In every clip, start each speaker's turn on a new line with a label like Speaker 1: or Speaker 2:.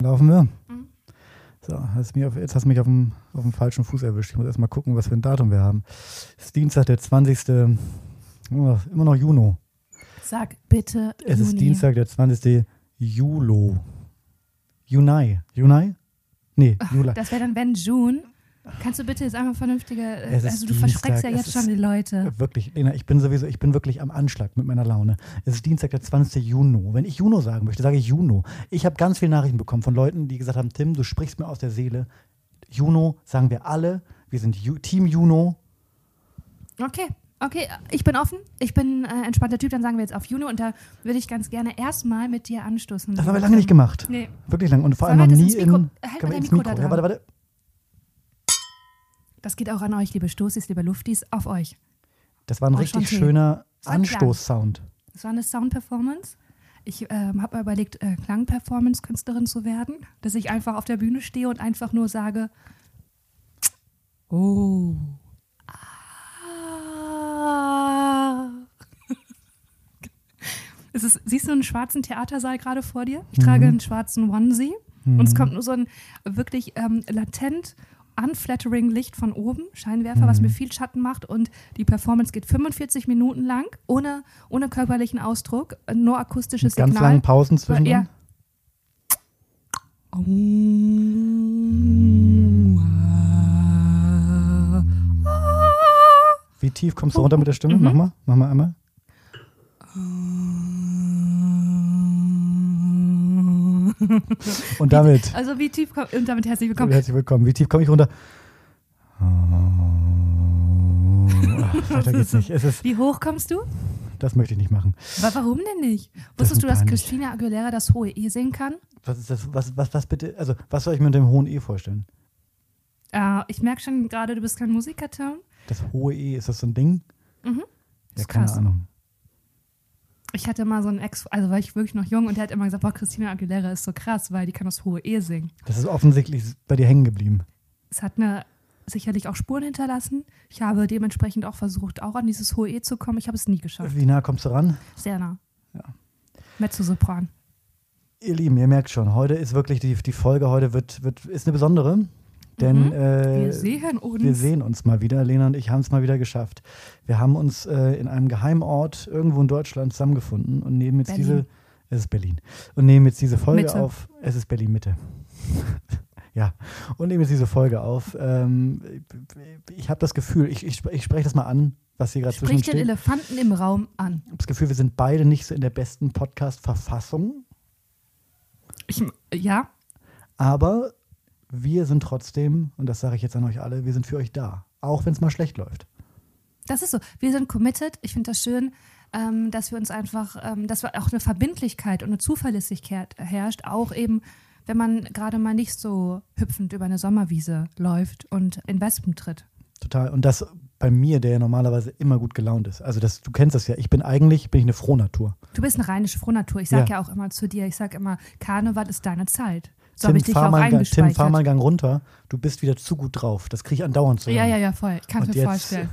Speaker 1: Laufen wir?
Speaker 2: Mhm.
Speaker 1: So, hast mich auf, jetzt hast du mich auf dem, auf dem falschen Fuß erwischt. Ich muss erstmal gucken, was für ein Datum wir haben. Es ist Dienstag, der 20. Immer noch, immer noch Juno.
Speaker 2: Sag bitte.
Speaker 1: Es ist
Speaker 2: Juni.
Speaker 1: Dienstag, der 20. Julo. Juni. Juni? Nee, Juli.
Speaker 2: Das wäre dann wenn June. Kannst du bitte jetzt einmal vernünftige. äh,
Speaker 1: Es ist
Speaker 2: Also du
Speaker 1: Dienstag,
Speaker 2: verschreckst ja
Speaker 1: es
Speaker 2: jetzt
Speaker 1: ist-
Speaker 2: schon die Leute.
Speaker 1: Wirklich, Lena, ich bin sowieso, ich bin wirklich am Anschlag mit meiner Laune. Es ist Dienstag, der 20. Juni. Wenn ich Juno sagen möchte, sage ich Juno. Ich habe ganz viele Nachrichten bekommen von Leuten, die gesagt haben, Tim, du sprichst mir aus der Seele. Juno sagen wir alle. Wir sind Ju Team Juno.
Speaker 2: Okay, okay, ich bin offen. Ich bin äh, entspannter Typ, dann sagen wir jetzt auf Juni und da würde ich ganz gerne erstmal mit dir anstoßen.
Speaker 1: Das haben wir lange nicht gemacht.
Speaker 2: Nee.
Speaker 1: Wirklich lange. Und vor allem
Speaker 2: Sollen
Speaker 1: noch
Speaker 2: wir Hm. das
Speaker 1: nie
Speaker 2: ins Mikro-
Speaker 1: in.
Speaker 2: Halt
Speaker 1: Können
Speaker 2: mal
Speaker 1: wir
Speaker 2: dein
Speaker 1: ins
Speaker 2: Mikro da
Speaker 1: Ja,
Speaker 2: dran.
Speaker 1: warte, warte.
Speaker 2: Das geht auch an euch, liebe Stoßis, liebe Luftis, auf euch.
Speaker 1: Das war ein
Speaker 2: Oh,
Speaker 1: richtig
Speaker 2: Chanté.
Speaker 1: schöner
Speaker 2: war ein Klang.
Speaker 1: Anstoßsound.
Speaker 2: Das war eine Sound-Performance. Ich ähm, habe mir überlegt, äh, Klang-Performance-Künstlerin zu werden, dass ich einfach auf der Bühne stehe und einfach nur sage, oh, ah. Es ist, siehst du einen schwarzen Theatersaal gerade vor dir?
Speaker 1: Mhm.
Speaker 2: Ich trage einen schwarzen Onesie und es kommt nur so ein wirklich ähm, latent unflattering Licht von oben, Scheinwerfer,
Speaker 1: Mhm.
Speaker 2: was mir viel Schatten macht und die Performance geht 45 Minuten lang, ohne, ohne körperlichen Ausdruck, nur akustisches
Speaker 1: Mit ganz
Speaker 2: Signal.
Speaker 1: langen Pausen ne? zwischen.
Speaker 2: Ja.
Speaker 1: Wie tief kommst du runter mit der Stimme?
Speaker 2: Mhm.
Speaker 1: Mach mal, mach mal einmal. Und damit,
Speaker 2: Also wie tief kommt, und damit herzlich willkommen.
Speaker 1: herzlich willkommen. Wie tief komme ich runter? Ach, weiter geht's nicht. Es ist,
Speaker 2: Wie hoch kommst du?
Speaker 1: das möchte ich nicht machen.
Speaker 2: Wa- Warum denn nicht?
Speaker 1: Das
Speaker 2: Wusstest du, dass
Speaker 1: gar nicht.
Speaker 2: Christina Aguilera das hohe E singen kann?
Speaker 1: Was ist das? Was, was, was bitte? Also, was soll ich mir mit dem hohen E vorstellen?
Speaker 2: Äh, ich merke schon gerade, du bist kein Musiker, Tim.
Speaker 1: Das hohe E, ist das so ein Ding? Ja,
Speaker 2: Mhm. Ist
Speaker 1: keine
Speaker 2: krass.
Speaker 1: Ahnung.
Speaker 2: Ich hatte mal so einen Ex, also war ich wirklich noch jung und der hat immer gesagt, boah, Christina Aguilera ist so krass, weil die kann das hohe E singen.
Speaker 1: Das ist offensichtlich bei dir hängen geblieben.
Speaker 2: Es hat eine, sicherlich auch Spuren hinterlassen. Ich habe dementsprechend auch versucht, auch an dieses hohe E zu kommen. Ich habe es nie geschafft.
Speaker 1: Wie nah kommst du ran?
Speaker 2: Sehr nah. Ja. Mezzosopran.
Speaker 1: Ihr Lieben, ihr merkt schon, heute ist wirklich die, die Folge, heute wird, wird, ist eine besondere. Denn äh,
Speaker 2: Mhm. Wir sehen uns.
Speaker 1: wir sehen uns mal wieder. Lena und ich haben es mal wieder geschafft. Wir haben uns äh, in einem geheimen Ort irgendwo in Deutschland zusammengefunden und nehmen jetzt
Speaker 2: Berlin.
Speaker 1: diese. Es ist Berlin. Und nehmen jetzt diese Folge
Speaker 2: Mitte.
Speaker 1: auf. Es ist Berlin Mitte. ja. Und nehmen jetzt diese Folge auf. Ähm, ich habe das Gefühl, ich, ich, ich spreche das mal an, was hier gerade zwischen
Speaker 2: Sprich
Speaker 1: uns
Speaker 2: den
Speaker 1: steht.
Speaker 2: Elefanten im Raum an.
Speaker 1: Ich habe das Gefühl, wir sind beide nicht so in der besten Podcast-Verfassung.
Speaker 2: Ich, ja,
Speaker 1: Aber wir sind trotzdem, und das sage ich jetzt an euch alle, wir sind für euch da. Auch wenn es mal schlecht läuft.
Speaker 2: Das ist so. Wir sind committed. Ich finde das schön, ähm, dass wir uns einfach, ähm, dass wir auch eine Verbindlichkeit und eine Zuverlässigkeit herrscht, auch eben, wenn man gerade mal nicht so hüpfend über eine Sommerwiese läuft und in Wespen tritt.
Speaker 1: Total. Und das bei mir, der ja normalerweise immer gut gelaunt ist. Also das, du kennst das ja. Ich bin eigentlich, bin ich eine Frohnatur.
Speaker 2: Du bist eine rheinische Frohnatur. Ich sage
Speaker 1: Ja.
Speaker 2: ja. auch immer zu dir, ich sage immer, Karneval ist deine Zeit. So
Speaker 1: Tim,
Speaker 2: habe ich dich
Speaker 1: fahr
Speaker 2: auch
Speaker 1: mal einen Gang- Tim,
Speaker 2: eingespeichert.
Speaker 1: fahr mal einen Gang runter. Du bist wieder zu gut drauf. Das kriege ich andauernd zu hören.
Speaker 2: ja, ja, ja, voll. Ich kann es
Speaker 1: Und
Speaker 2: mir
Speaker 1: jetzt,
Speaker 2: vorstellen.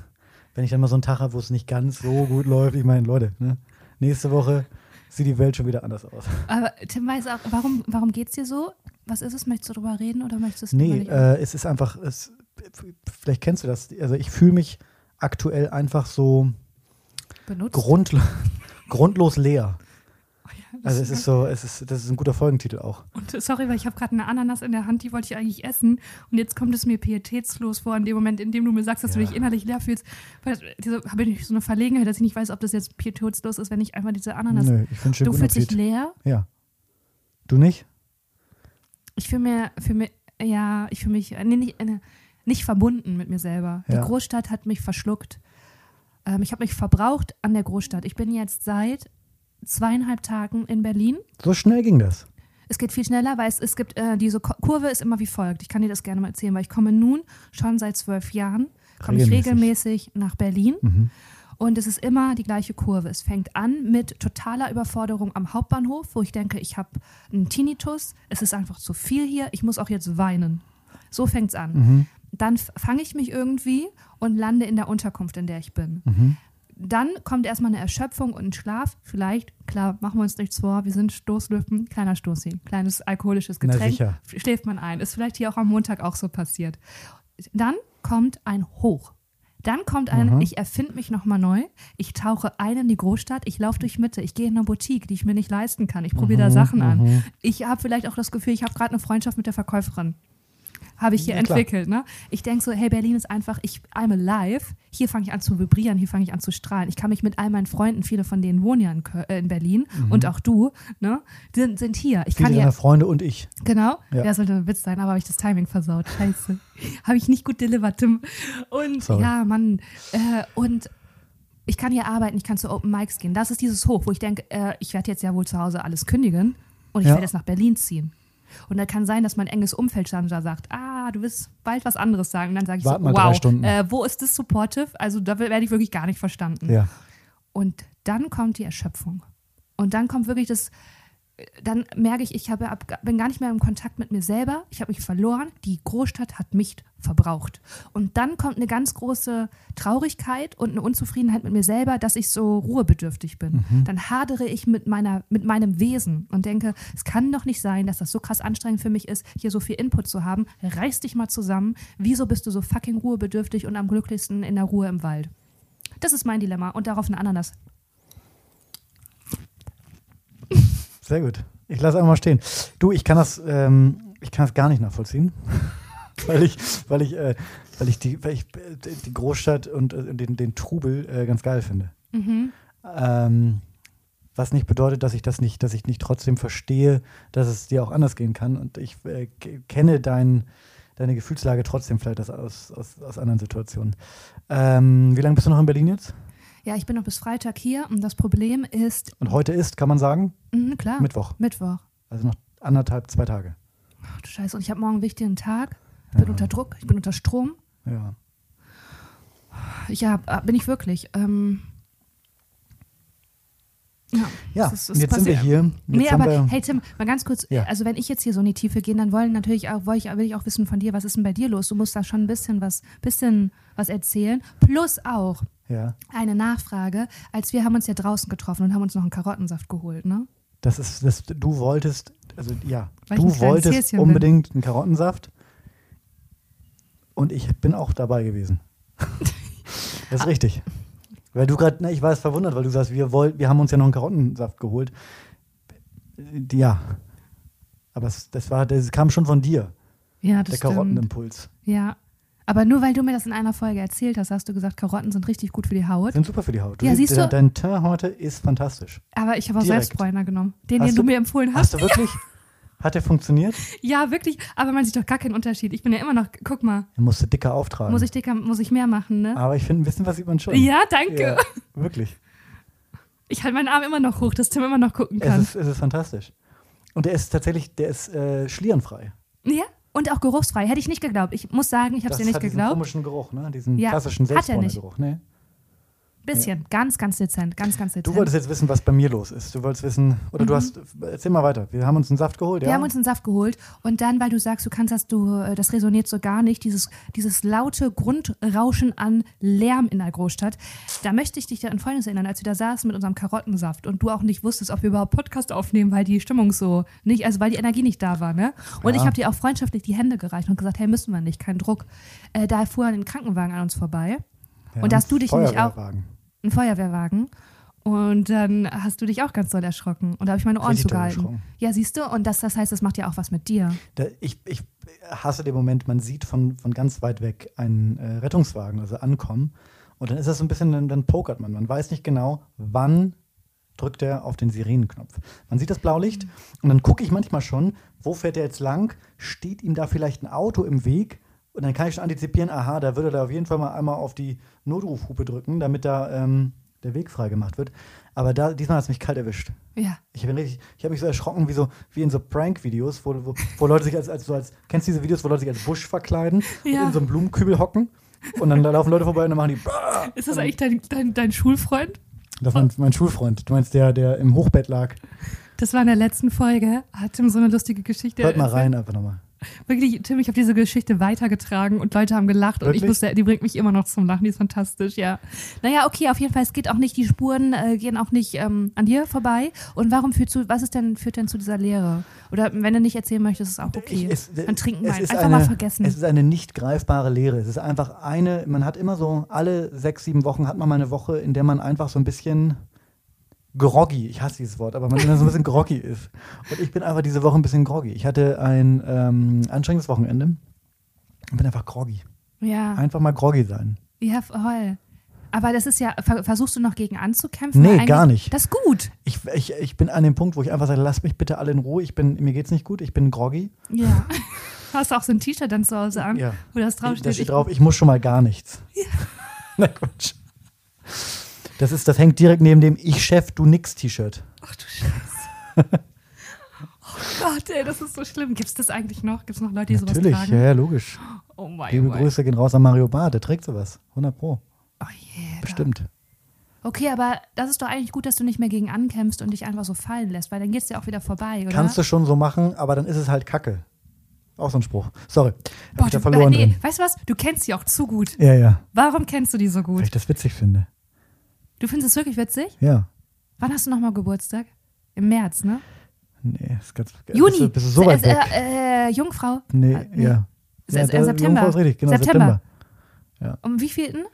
Speaker 1: wenn ich dann mal so einen Tag habe, wo es nicht ganz so gut läuft, ich meine, Leute, ne? nächste Woche sieht die Welt schon wieder anders aus.
Speaker 2: Aber Tim weiß auch, warum, warum geht es dir so? Was ist es? Möchtest du drüber reden oder möchtest du es lieber
Speaker 1: Nee,
Speaker 2: nicht?
Speaker 1: äh, es ist einfach, es, vielleicht kennst du das. Also ich fühle mich aktuell einfach so äh,
Speaker 2: benutzt?
Speaker 1: grundlo grundlos leer.
Speaker 2: Oh Ja, das
Speaker 1: Also es ist so, es ist, das ist ein guter Folgentitel auch.
Speaker 2: Und äh, sorry, weil ich habe gerade eine Ananas in der Hand, die wollte ich eigentlich essen. Und jetzt kommt es mir pietätslos vor, in dem Moment, in dem du mir sagst, dass
Speaker 1: Ja.
Speaker 2: du dich innerlich leer fühlst. Weil diese, habe ich so eine Verlegenheit, dass ich nicht weiß, ob das jetzt pietätslos ist, wenn ich einfach diese Ananas.
Speaker 1: Nö, ich wünsche dir
Speaker 2: du
Speaker 1: guten
Speaker 2: fühlst dich
Speaker 1: Appetit.
Speaker 2: leer.
Speaker 1: Ja. Du nicht?
Speaker 2: Ich fühle mir, fühl mir, ja, ich fühle mich äh, nee, nicht, äh, nicht verbunden mit mir selber.
Speaker 1: Ja.
Speaker 2: Die Großstadt hat mich verschluckt. Ähm, ich habe mich verbraucht an der Großstadt. Ich bin jetzt seit zweieinhalb Tagen in Berlin.
Speaker 1: So schnell ging das.
Speaker 2: Es geht viel schneller, weil es, es gibt, äh, diese Ko- Kurve ist immer wie folgt. Ich kann dir das gerne mal erzählen, weil ich komme nun schon seit zwölf Jahren, komme ich
Speaker 1: Regelmäßig.
Speaker 2: regelmäßig nach Berlin. Und es ist immer die gleiche Kurve. Es fängt an mit totaler Überforderung am Hauptbahnhof, wo ich denke, ich habe einen Tinnitus, es ist einfach zu viel hier, ich muss auch jetzt weinen. So fängt es an. Dann f- fange ich mich irgendwie und lande in der Unterkunft, in der ich bin Dann kommt erstmal eine Erschöpfung und ein Schlaf. Vielleicht, klar, machen wir uns nichts vor, wir sind Stoßlüppen, kleiner Stoßi, kleines alkoholisches
Speaker 1: Na
Speaker 2: Getränk.
Speaker 1: sicher.
Speaker 2: Schläft man ein. Ist vielleicht hier auch am Montag auch so passiert. Dann kommt ein Hoch. Dann kommt ein, ich erfinde mich nochmal neu. Ich tauche ein in die Großstadt. Ich laufe durch Mitte. Ich gehe in eine Boutique, die ich mir nicht leisten kann. Ich probiere
Speaker 1: Mhm,
Speaker 2: da Sachen an. Ich habe vielleicht auch das Gefühl, ich habe gerade eine Freundschaft mit der Verkäuferin. Habe ich hier
Speaker 1: Ja, klar.
Speaker 2: entwickelt. Ne? Ich denke so, hey, Berlin ist einfach, ich, I'm alive. Hier fange ich an zu vibrieren, hier fange ich an zu strahlen. Ich kann mich mit all meinen Freunden, viele von denen wohnen ja in, Kö- äh, in Berlin und auch du, ne? Die sind, sind hier. Ich
Speaker 1: Viele
Speaker 2: kann
Speaker 1: deiner
Speaker 2: ja,
Speaker 1: Freunde und ich.
Speaker 2: Genau.
Speaker 1: Ja.
Speaker 2: Ja. Das sollte ein Witz sein, aber habe ich das Timing versaut. Scheiße. habe ich nicht gut delivered, Tim. Und
Speaker 1: Sorry.
Speaker 2: ja, Mann. Äh, und ich kann hier arbeiten, ich kann zu Open Mics gehen. Das ist dieses Hoch, wo ich denke, äh, ich werde jetzt ja wohl zu Hause alles kündigen und ich
Speaker 1: Ja.
Speaker 2: werde jetzt nach Berlin ziehen. Und da kann sein, dass mein enges Umfeld dann da sagt, ah, du wirst bald was anderes sagen. Und dann sage ich
Speaker 1: Wart
Speaker 2: so,
Speaker 1: mal drei
Speaker 2: wow,
Speaker 1: Stunden.
Speaker 2: äh, wo ist das supportive? Also da werde ich wirklich gar nicht verstanden.
Speaker 1: Ja.
Speaker 2: Und dann kommt die Erschöpfung. Und dann kommt wirklich das, dann merke ich, ich habe, ab- bin gar nicht mehr im Kontakt mit mir selber. Ich habe mich verloren. Die Großstadt hat mich verbraucht. Und dann kommt eine ganz große Traurigkeit und eine Unzufriedenheit mit mir selber, dass ich so ruhebedürftig bin. Dann hadere ich mit, meiner, mit meinem Wesen und denke, es kann doch nicht sein, dass das so krass anstrengend für mich ist, hier so viel Input zu haben. Reiß dich mal zusammen. Wieso bist du so fucking ruhebedürftig und am glücklichsten in der Ruhe im Wald? Das ist mein Dilemma. Und darauf eine Ananas.
Speaker 1: Sehr gut. Ich lasse einfach mal stehen. Du, ich kann das, ähm, ich kann das gar nicht nachvollziehen. weil ich, weil ich, äh, weil ich die, weil ich äh, die Großstadt und äh, den, den Trubel äh, ganz geil finde. Ähm, was nicht bedeutet, dass ich das nicht, dass ich nicht trotzdem verstehe, dass es dir auch anders gehen kann. Und ich äh, k- kenne dein, deine Gefühlslage trotzdem vielleicht das aus, aus, aus anderen Situationen. Ähm, wie lange bist du noch in Berlin jetzt?
Speaker 2: Ja, ich bin noch bis Freitag hier und das Problem ist,
Speaker 1: Und heute ist, kann man sagen,
Speaker 2: mh, klar,
Speaker 1: Mittwoch.
Speaker 2: Mittwoch.
Speaker 1: Also noch anderthalb, zwei Tage.
Speaker 2: Ach du Scheiße, und ich habe morgen einen wichtigen Tag. Ich bin unter Druck, ich bin unter Strom.
Speaker 1: Ja.
Speaker 2: Ja, äh, bin ich wirklich. Ähm, ja,
Speaker 1: Ja,
Speaker 2: es ist- es
Speaker 1: und jetzt sind wir
Speaker 2: passiert.
Speaker 1: hier. Jetzt
Speaker 2: Nee,
Speaker 1: haben wir,
Speaker 2: aber hey Tim, mal ganz kurz,
Speaker 1: Ja.
Speaker 2: also wenn ich jetzt hier so in die Tiefe gehe, dann wollen natürlich auch, wollte ich, will ich auch wissen von dir, was ist denn bei dir los? Du musst da schon ein bisschen was, bisschen was erzählen. Plus auch
Speaker 1: ja,
Speaker 2: eine Nachfrage, als wir haben uns ja draußen getroffen und haben uns noch einen Karottensaft geholt, ne?
Speaker 1: das ist, das, du wolltest, also ja,
Speaker 2: Weil ich ein
Speaker 1: du
Speaker 2: kleines
Speaker 1: wolltest
Speaker 2: Häschen bin.
Speaker 1: unbedingt einen Karottensaft und ich bin auch dabei gewesen. das ist richtig. Weil du gerade, ne, ich war jetzt verwundert, weil du sagst, wir wollten, wir haben uns ja noch einen Karottensaft geholt. Ja. Aber es, das war, das kam schon von dir,
Speaker 2: Ja, das
Speaker 1: der
Speaker 2: stimmt.
Speaker 1: Karottenimpuls.
Speaker 2: Ja. Aber nur weil du mir das in einer Folge erzählt hast, hast du gesagt, Karotten sind richtig gut für die Haut.
Speaker 1: Sind super für die Haut.
Speaker 2: Ja, siehst
Speaker 1: dein,
Speaker 2: du-
Speaker 1: dein Teint heute ist fantastisch.
Speaker 2: Aber ich habe auch
Speaker 1: Direkt.
Speaker 2: Selbstbräuner genommen. Den,
Speaker 1: Hast
Speaker 2: den
Speaker 1: du-
Speaker 2: du, mir empfohlen
Speaker 1: Hast
Speaker 2: hast.
Speaker 1: du wirklich? Hat der funktioniert?
Speaker 2: Ja, wirklich. Aber man sieht doch gar keinen Unterschied. Ich bin ja immer noch, guck mal,
Speaker 1: Er musste dicker auftragen.
Speaker 2: muss ich dicker, muss ich mehr machen, ne?
Speaker 1: Aber ich finde, ein bisschen was sieht man schon.
Speaker 2: Ja, danke.
Speaker 1: Ah, Ja, wirklich.
Speaker 2: Ich halte meinen Arm immer noch hoch, dass Tim immer noch gucken
Speaker 1: Es
Speaker 2: kann.
Speaker 1: ist, es ist fantastisch. Und der ist tatsächlich, der ist äh, schlierenfrei.
Speaker 2: Ja? Und auch geruchsfrei. Hätte ich nicht geglaubt. Ich muss sagen, ich habe
Speaker 1: das
Speaker 2: es dir nicht
Speaker 1: hat diesen
Speaker 2: geglaubt.
Speaker 1: komischen Geruch, ne? diesen
Speaker 2: Ja,
Speaker 1: klassischen
Speaker 2: hat er nicht.
Speaker 1: Selbstbräunergeruch. Ne?
Speaker 2: Bisschen. Ganz, ganz dezent. Ganz, ganz
Speaker 1: Du
Speaker 2: dezent.
Speaker 1: wolltest jetzt wissen, was bei mir los ist. Du wolltest wissen, oder du hast, erzähl mal weiter. Wir haben uns einen Saft geholt,
Speaker 2: Mhm. Wir
Speaker 1: ja?
Speaker 2: haben uns einen Saft geholt und dann, weil du sagst, du kannst das, du, äh, das resoniert so gar nicht, dieses, dieses laute Grundrauschen an Lärm in der Großstadt. Da möchte ich dich an Folgendes erinnern, als wir da saßen mit unserem Karottensaft und du auch nicht wusstest, ob wir überhaupt Podcast aufnehmen, weil die Stimmung so nicht, also weil die Energie nicht da war, ne? Und
Speaker 1: Ja.
Speaker 2: ich habe dir auch freundschaftlich die Hände gereicht und gesagt, hey, müssen wir nicht, kein Druck. Äh, da fuhr ein Krankenwagen an uns vorbei.
Speaker 1: ja,
Speaker 2: und da hast du dich nämlich auch,
Speaker 1: Feuerwehrwagen.
Speaker 2: ein Feuerwehrwagen. Und dann hast du dich auch ganz doll erschrocken. Und da habe ich meine Ohren
Speaker 1: Richtig doll
Speaker 2: zugehalten.
Speaker 1: erschrocken.
Speaker 2: Ja, siehst du? Und das, das heißt, das macht ja auch was mit dir.
Speaker 1: Da, ich, ich hasse den Moment, man sieht von, von ganz weit weg einen äh, Rettungswagen, also ankommen. Und dann ist das so ein bisschen, dann, dann pokert man. Man weiß nicht genau, wann drückt er auf den Sirenenknopf. Man sieht das Blaulicht und dann gucke ich manchmal schon, wo fährt er jetzt lang? Steht ihm da vielleicht ein Auto im Weg? Und dann kann ich schon antizipieren, aha, da würde er da auf jeden Fall mal einmal auf die Notrufhupe drücken, damit da ähm, der Weg frei gemacht wird. Aber da, diesmal hat es mich kalt erwischt.
Speaker 2: Ja.
Speaker 1: Ich bin richtig, ich habe mich so erschrocken wie so wie in so Prank-Videos, wo, wo, wo Leute sich als, als so als kennst du diese Videos, wo Leute sich als Busch verkleiden und
Speaker 2: Ja.
Speaker 1: in so einem Blumenkübel hocken und dann da laufen Leute vorbei und dann machen die.
Speaker 2: Ist das eigentlich dein, dein, dein Schulfreund?
Speaker 1: Das war mein Schulfreund. Du meinst der, der im Hochbett lag.
Speaker 2: Das war in der letzten Folge. Hat Tim so eine lustige Geschichte.
Speaker 1: Hört mal
Speaker 2: erzählt.
Speaker 1: rein einfach nochmal.
Speaker 2: Wirklich, Tim, ich habe diese Geschichte weitergetragen und Leute haben gelacht und ich
Speaker 1: Wirklich?
Speaker 2: musste, die bringt mich immer noch zum Lachen, die ist fantastisch, ja. Naja, okay, auf jeden Fall, es geht auch nicht, die Spuren äh, gehen auch nicht ähm, an dir vorbei. Und warum führt zu, was ist denn, führt denn zu dieser Lehre? Oder wenn du nicht erzählen möchtest, ist auch okay.
Speaker 1: Ich- es-
Speaker 2: Dann trinken wir
Speaker 1: es
Speaker 2: einen.
Speaker 1: ist
Speaker 2: Einfach
Speaker 1: eine-
Speaker 2: mal vergessen.
Speaker 1: Es ist eine nicht greifbare Lehre. Es ist einfach eine, man hat immer so, alle sechs, sieben Wochen hat man mal eine Woche, in der man einfach so ein bisschen groggy, ich hasse dieses Wort, aber man immer so ein bisschen groggy ist. Und ich bin einfach diese Woche ein bisschen groggy. Ich hatte ein ähm, anstrengendes Wochenende und bin einfach groggy.
Speaker 2: ja.
Speaker 1: Einfach mal groggy sein.
Speaker 2: Ja, voll. Aber das ist ja, ver versuchst du noch gegen anzukämpfen?
Speaker 1: Nee,
Speaker 2: Weil eigentlich-
Speaker 1: gar nicht.
Speaker 2: Das ist gut.
Speaker 1: Ich, ich, ich bin an dem Punkt, wo ich einfach sage, lasst mich bitte alle in Ruhe. Ich bin, mir geht's nicht gut, ich bin groggy.
Speaker 2: Ja. Hast du auch so ein T-Shirt dann zu Hause an,
Speaker 1: Ja.
Speaker 2: wo das draufsteht?
Speaker 1: Da steht drauf, ich muss schon mal gar nichts. Na Quatsch. Das, ist, das hängt direkt neben dem Ich Chef, du nix T-Shirt.
Speaker 2: Ach du Scheiße. oh Gott, ey, das ist so schlimm. Gibt es das eigentlich noch? Gibt es noch Leute, die
Speaker 1: Natürlich,
Speaker 2: sowas
Speaker 1: ja,
Speaker 2: tragen?
Speaker 1: ja, logisch.
Speaker 2: Oh mein
Speaker 1: Liebe
Speaker 2: Gott.
Speaker 1: Grüße gehen raus an Mario Barth, der trägt sowas. 100 Pro.
Speaker 2: Oh, yeah.
Speaker 1: Bestimmt.
Speaker 2: Okay, aber das ist doch eigentlich gut, dass du nicht mehr gegen ankämpfst und dich einfach so fallen lässt, weil dann geht es dir auch wieder vorbei, oder?
Speaker 1: Kannst du schon so machen, aber dann ist es halt Kacke. Auch so ein Spruch. Sorry, hab
Speaker 2: Boah,
Speaker 1: ich da
Speaker 2: du, äh,
Speaker 1: verloren
Speaker 2: nee,
Speaker 1: drin.
Speaker 2: Weißt du was? Du kennst sie auch zu gut.
Speaker 1: Ja, ja,
Speaker 2: Warum kennst du die so
Speaker 1: weil
Speaker 2: gut?
Speaker 1: ich das witzig finde.
Speaker 2: Du findest es wirklich witzig?
Speaker 1: Ja.
Speaker 2: Wann hast du nochmal Geburtstag? Im März, ne?
Speaker 1: Nee, ist ganz
Speaker 2: Juni.
Speaker 1: Bist du, bist du so weit
Speaker 2: Es-
Speaker 1: weg?
Speaker 2: Äh, äh, Jungfrau.
Speaker 1: nee,
Speaker 2: Ah,
Speaker 1: ja.
Speaker 2: Es
Speaker 1: ja,
Speaker 2: ist erst September.
Speaker 1: Jungfrau ist richtig, genau,
Speaker 2: September.
Speaker 1: September.
Speaker 2: Um wie vielten?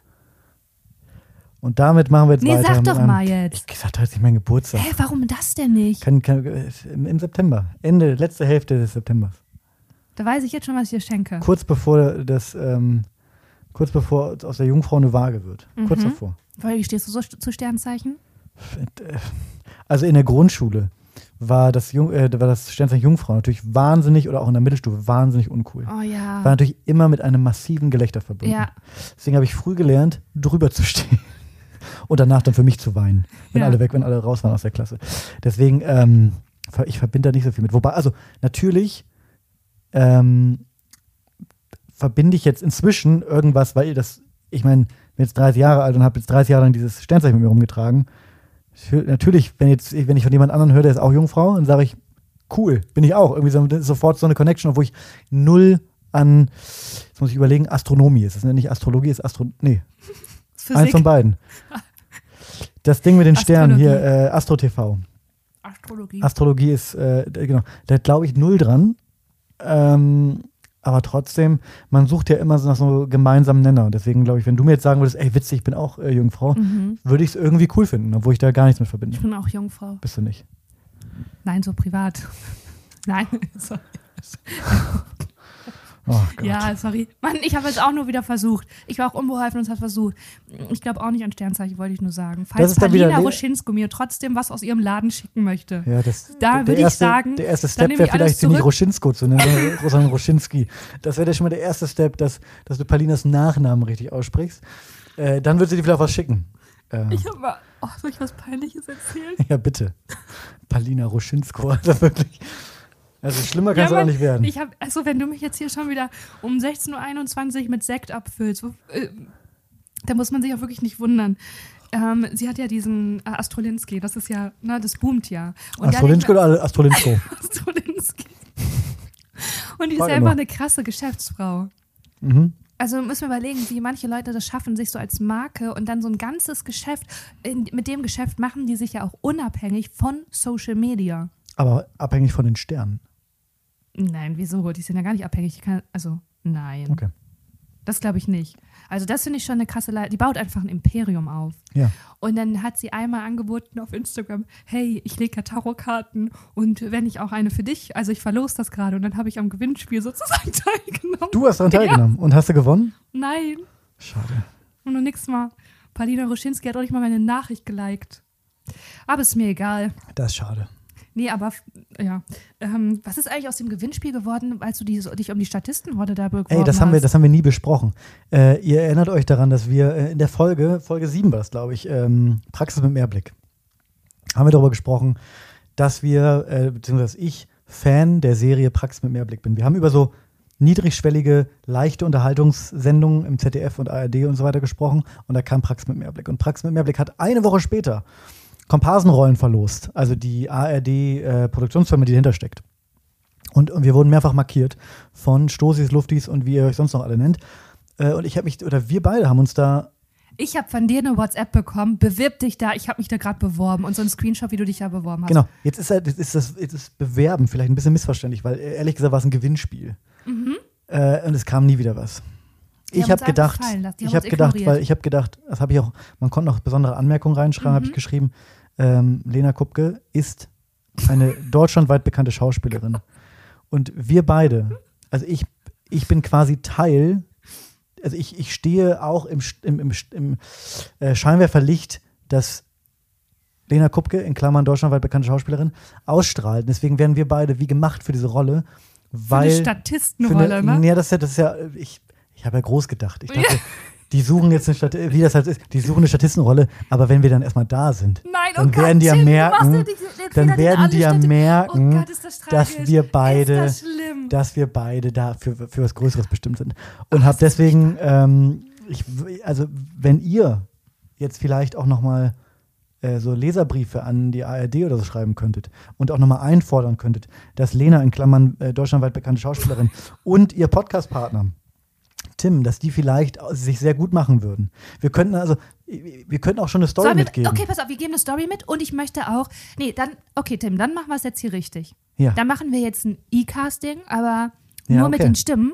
Speaker 1: Und damit machen wir jetzt
Speaker 2: Nee,
Speaker 1: weiter.
Speaker 2: sag
Speaker 1: mit
Speaker 2: doch
Speaker 1: einem-
Speaker 2: mal jetzt.
Speaker 1: Ich sag doch jetzt nicht meinen Geburtstag.
Speaker 2: Hä, warum das denn nicht?
Speaker 1: Kann, kann, äh, im, Im September, Ende, letzte Hälfte des Septembers.
Speaker 2: Da weiß ich jetzt schon, was ich dir schenke.
Speaker 1: Kurz bevor das, ähm, kurz bevor aus der Jungfrau eine Waage wird. Kurz
Speaker 2: Mhm.
Speaker 1: davor.
Speaker 2: Weil wie stehst du so st- zu Sternzeichen?
Speaker 1: Also in der Grundschule war das, Jung, äh, war das Sternzeichen Jungfrau natürlich wahnsinnig oder auch in der Mittelstufe wahnsinnig uncool.
Speaker 2: Oh
Speaker 1: War
Speaker 2: ja.
Speaker 1: natürlich immer mit einem massiven Gelächter verbunden.
Speaker 2: Ja.
Speaker 1: Deswegen habe ich früh gelernt, drüber zu stehen. Und danach dann für mich zu weinen. Wenn
Speaker 2: Ja.
Speaker 1: alle weg, wenn alle raus waren aus der Klasse. Deswegen, ähm, ver- ich verbinde da nicht so viel mit. Wobei, also natürlich ähm, verbinde ich jetzt inzwischen irgendwas, weil das, ich meine, bin jetzt 30 Jahre alt und habe jetzt 30 Jahre lang dieses Sternzeichen mit mir rumgetragen. Ich hö- Natürlich, wenn, jetzt, wenn ich von jemand anderem höre, der ist auch Jungfrau, dann sage ich, cool, bin ich auch. Irgendwie so, das ist sofort so eine Connection, obwohl ich null an, jetzt muss ich überlegen, Astronomie ist. Das ist nicht Astrologie, ist Astro. Nee, eins von beiden. Das Ding mit den Sternen hier, äh, Astro TV.
Speaker 2: Astrologie.
Speaker 1: Astrologie ist, äh, d- genau, da glaube ich null dran. Ähm, aber trotzdem, man sucht ja immer so nach so einem gemeinsamen Nenner. Und deswegen glaube ich, wenn du mir jetzt sagen würdest, ey, witzig, ich bin auch äh, Jungfrau,
Speaker 2: mhm.
Speaker 1: würde ich es irgendwie cool finden, obwohl ich da gar nichts mit verbinde.
Speaker 2: Ich bin auch Jungfrau.
Speaker 1: Bist du nicht?
Speaker 2: Nein, so privat. Nein, sorry.
Speaker 1: Oh Gott.
Speaker 2: Ja, sorry. Mann, ich habe jetzt auch nur wieder versucht. Ich war auch unbeholfen und es hat versucht. Ich glaube auch nicht an Sternzeichen, wollte ich nur sagen. Falls
Speaker 1: ist dann wieder
Speaker 2: Palina
Speaker 1: le-
Speaker 2: Ruschinsko mir trotzdem was aus ihrem Laden schicken möchte.
Speaker 1: Ja, das,
Speaker 2: Da
Speaker 1: der
Speaker 2: würde ich
Speaker 1: erste,
Speaker 2: sagen,
Speaker 1: der erste
Speaker 2: dann
Speaker 1: Step
Speaker 2: nehme
Speaker 1: wäre
Speaker 2: ich alles
Speaker 1: vielleicht, sie nicht
Speaker 2: zurück.
Speaker 1: Ruschinsko zu nennen, sondern Rosan Ruschinski. Das wäre ja schon mal der erste Step, dass, dass du Palinas Nachnamen richtig aussprichst. Äh, dann würde sie dir vielleicht was schicken. Äh,
Speaker 2: Ich habe mal, oh, soll ich was Peinliches erzählen?
Speaker 1: ja, bitte. Palina Ruschinsko, also wirklich. Also schlimmer kann es
Speaker 2: Ja,
Speaker 1: auch
Speaker 2: Mann,
Speaker 1: nicht werden.
Speaker 2: Ich hab, also wenn du mich jetzt hier schon wieder um 16.21 Uhr mit Sekt abfüllst, wo, äh, da muss man sich auch wirklich nicht wundern. Ähm, sie hat ja diesen äh, Astrolinski, das ist ja, ne, das boomt ja. Und da denkt
Speaker 1: Astrolinsko
Speaker 2: man-
Speaker 1: oder alle- Astrolinsko?
Speaker 2: Astrolinski. Und die ist
Speaker 1: Frag
Speaker 2: ja
Speaker 1: ihn mal.
Speaker 2: einfach eine krasse Geschäftsfrau.
Speaker 1: mhm.
Speaker 2: Also müssen wir überlegen, wie manche Leute das schaffen, sich so als Marke und dann so ein ganzes Geschäft, in, mit dem Geschäft machen die sich ja auch unabhängig von Social Media.
Speaker 1: Aber abhängig von den Sternen.
Speaker 2: Nein, wieso? Die sind ja gar nicht abhängig. Die Kann, also, nein.
Speaker 1: Okay.
Speaker 2: Das glaube ich nicht. Also, das finde ich schon eine krasse Leistung. Die baut einfach ein Imperium auf.
Speaker 1: Ja.
Speaker 2: Und dann hat sie einmal angeboten auf Instagram: Hey, ich lege ja Tarotkarten und wenn ich auch eine für dich, also ich verlose das gerade und dann habe ich am Gewinnspiel sozusagen teilgenommen.
Speaker 1: Du hast daran teilgenommen und hast du gewonnen?
Speaker 2: Nein,
Speaker 1: Schade.
Speaker 2: und noch nix mal. Paulina Ruschinski hat auch nicht mal meine Nachricht geliked. Aber ist mir egal.
Speaker 1: Das ist schade.
Speaker 2: Nee, aber f- ja. Ähm, was ist eigentlich aus dem Gewinnspiel geworden, als du die, so- dich um die Statistenhorde da beworben
Speaker 1: Ey, das haben, wir,
Speaker 2: hast?
Speaker 1: das haben wir nie besprochen. Äh, ihr erinnert euch daran, dass wir äh, in der Folge, Folge 7 war das, glaube ich, ähm, Praxis mit Mehrblick, haben wir darüber gesprochen, dass wir, äh, beziehungsweise ich, Fan der Serie Praxis mit Mehrblick bin. Wir haben über so niedrigschwellige, leichte Unterhaltungssendungen im ZDF und ARD und so weiter gesprochen und da kam Praxis mit Mehrblick. Und Praxis mit Mehrblick hat eine Woche später äh, Komparsenrollen verlost, also die ARD-Produktionsfirma, die dahinter steckt. Und, und wir wurden mehrfach markiert von Stosis, Luftis und wie ihr euch sonst noch alle nennt. Äh, und ich habe mich, oder wir beide haben uns da
Speaker 2: Ich habe von dir eine WhatsApp bekommen, bewirb dich da, ich habe mich da gerade beworben und so ein Screenshot, wie du dich da beworben hast.
Speaker 1: Genau, jetzt ist, halt- jetzt ist das jetzt ist Bewerben vielleicht ein bisschen missverständlich, weil äh, ehrlich gesagt war es ein Gewinnspiel. Äh, und es kam nie wieder was.
Speaker 2: Mhm. Die
Speaker 1: ich habe
Speaker 2: haben uns einfach
Speaker 1: gedacht,
Speaker 2: fallen lassen, die haben
Speaker 1: ich habe
Speaker 2: uns
Speaker 1: gedacht,
Speaker 2: ignoriert.
Speaker 1: weil ich habe gedacht, das habe ich auch, man konnte noch besondere Anmerkungen reinschreiben,
Speaker 2: Mhm.
Speaker 1: habe ich geschrieben, ähm, Lena Kupke ist eine deutschlandweit bekannte Schauspielerin. Und wir beide, also ich, ich bin quasi Teil, also ich, ich stehe auch im, Sch- im, im, Sch- im äh, Scheinwerferlicht, das Lena Kupke, in Klammern deutschlandweit bekannte Schauspielerin, ausstrahlt. Deswegen werden wir beide wie gemacht für diese Rolle, weil.
Speaker 2: eine Statistenrolle,
Speaker 1: für eine-
Speaker 2: ne?
Speaker 1: Ja, das ist ja, das ist ja äh, ich, ich habe ja groß gedacht. Ich dachte, die suchen jetzt eine Stadt, wie das halt ist, die suchen eine Statistenrolle, aber wenn wir dann erstmal da sind,
Speaker 2: Nein, oh
Speaker 1: dann
Speaker 2: Gott,
Speaker 1: werden die ja
Speaker 2: Tim, du
Speaker 1: merken,
Speaker 2: machst ja diesen- den Fehler,
Speaker 1: dann
Speaker 2: den
Speaker 1: werden
Speaker 2: alle
Speaker 1: die ja
Speaker 2: Städte-
Speaker 1: merken,
Speaker 2: Oh Gott, ist das
Speaker 1: dass
Speaker 2: tragisch.
Speaker 1: wir
Speaker 2: Ist
Speaker 1: beide,
Speaker 2: das schlimm.
Speaker 1: dass wir beide da für, für was Größeres bestimmt sind. Und habe deswegen, ähm, ich, w- also wenn ihr jetzt vielleicht auch nochmal äh, so Leserbriefe an die ARD oder so schreiben könntet und auch nochmal einfordern könntet, dass Lena in Klammern äh, deutschlandweit bekannte Schauspielerin und ihr Podcastpartner Tim, dass die vielleicht au- sich sehr gut machen würden. Wir könnten also, wir könnten auch schon eine Story
Speaker 2: Sollen wir,
Speaker 1: mitgeben.
Speaker 2: Okay, pass auf, wir geben eine Story mit und ich möchte auch. Nee, dann, okay, Tim, dann machen wir es jetzt hier richtig.
Speaker 1: Ja.
Speaker 2: Dann machen wir jetzt ein E-Casting, aber
Speaker 1: Ja,
Speaker 2: nur mit
Speaker 1: okay.
Speaker 2: den Stimmen.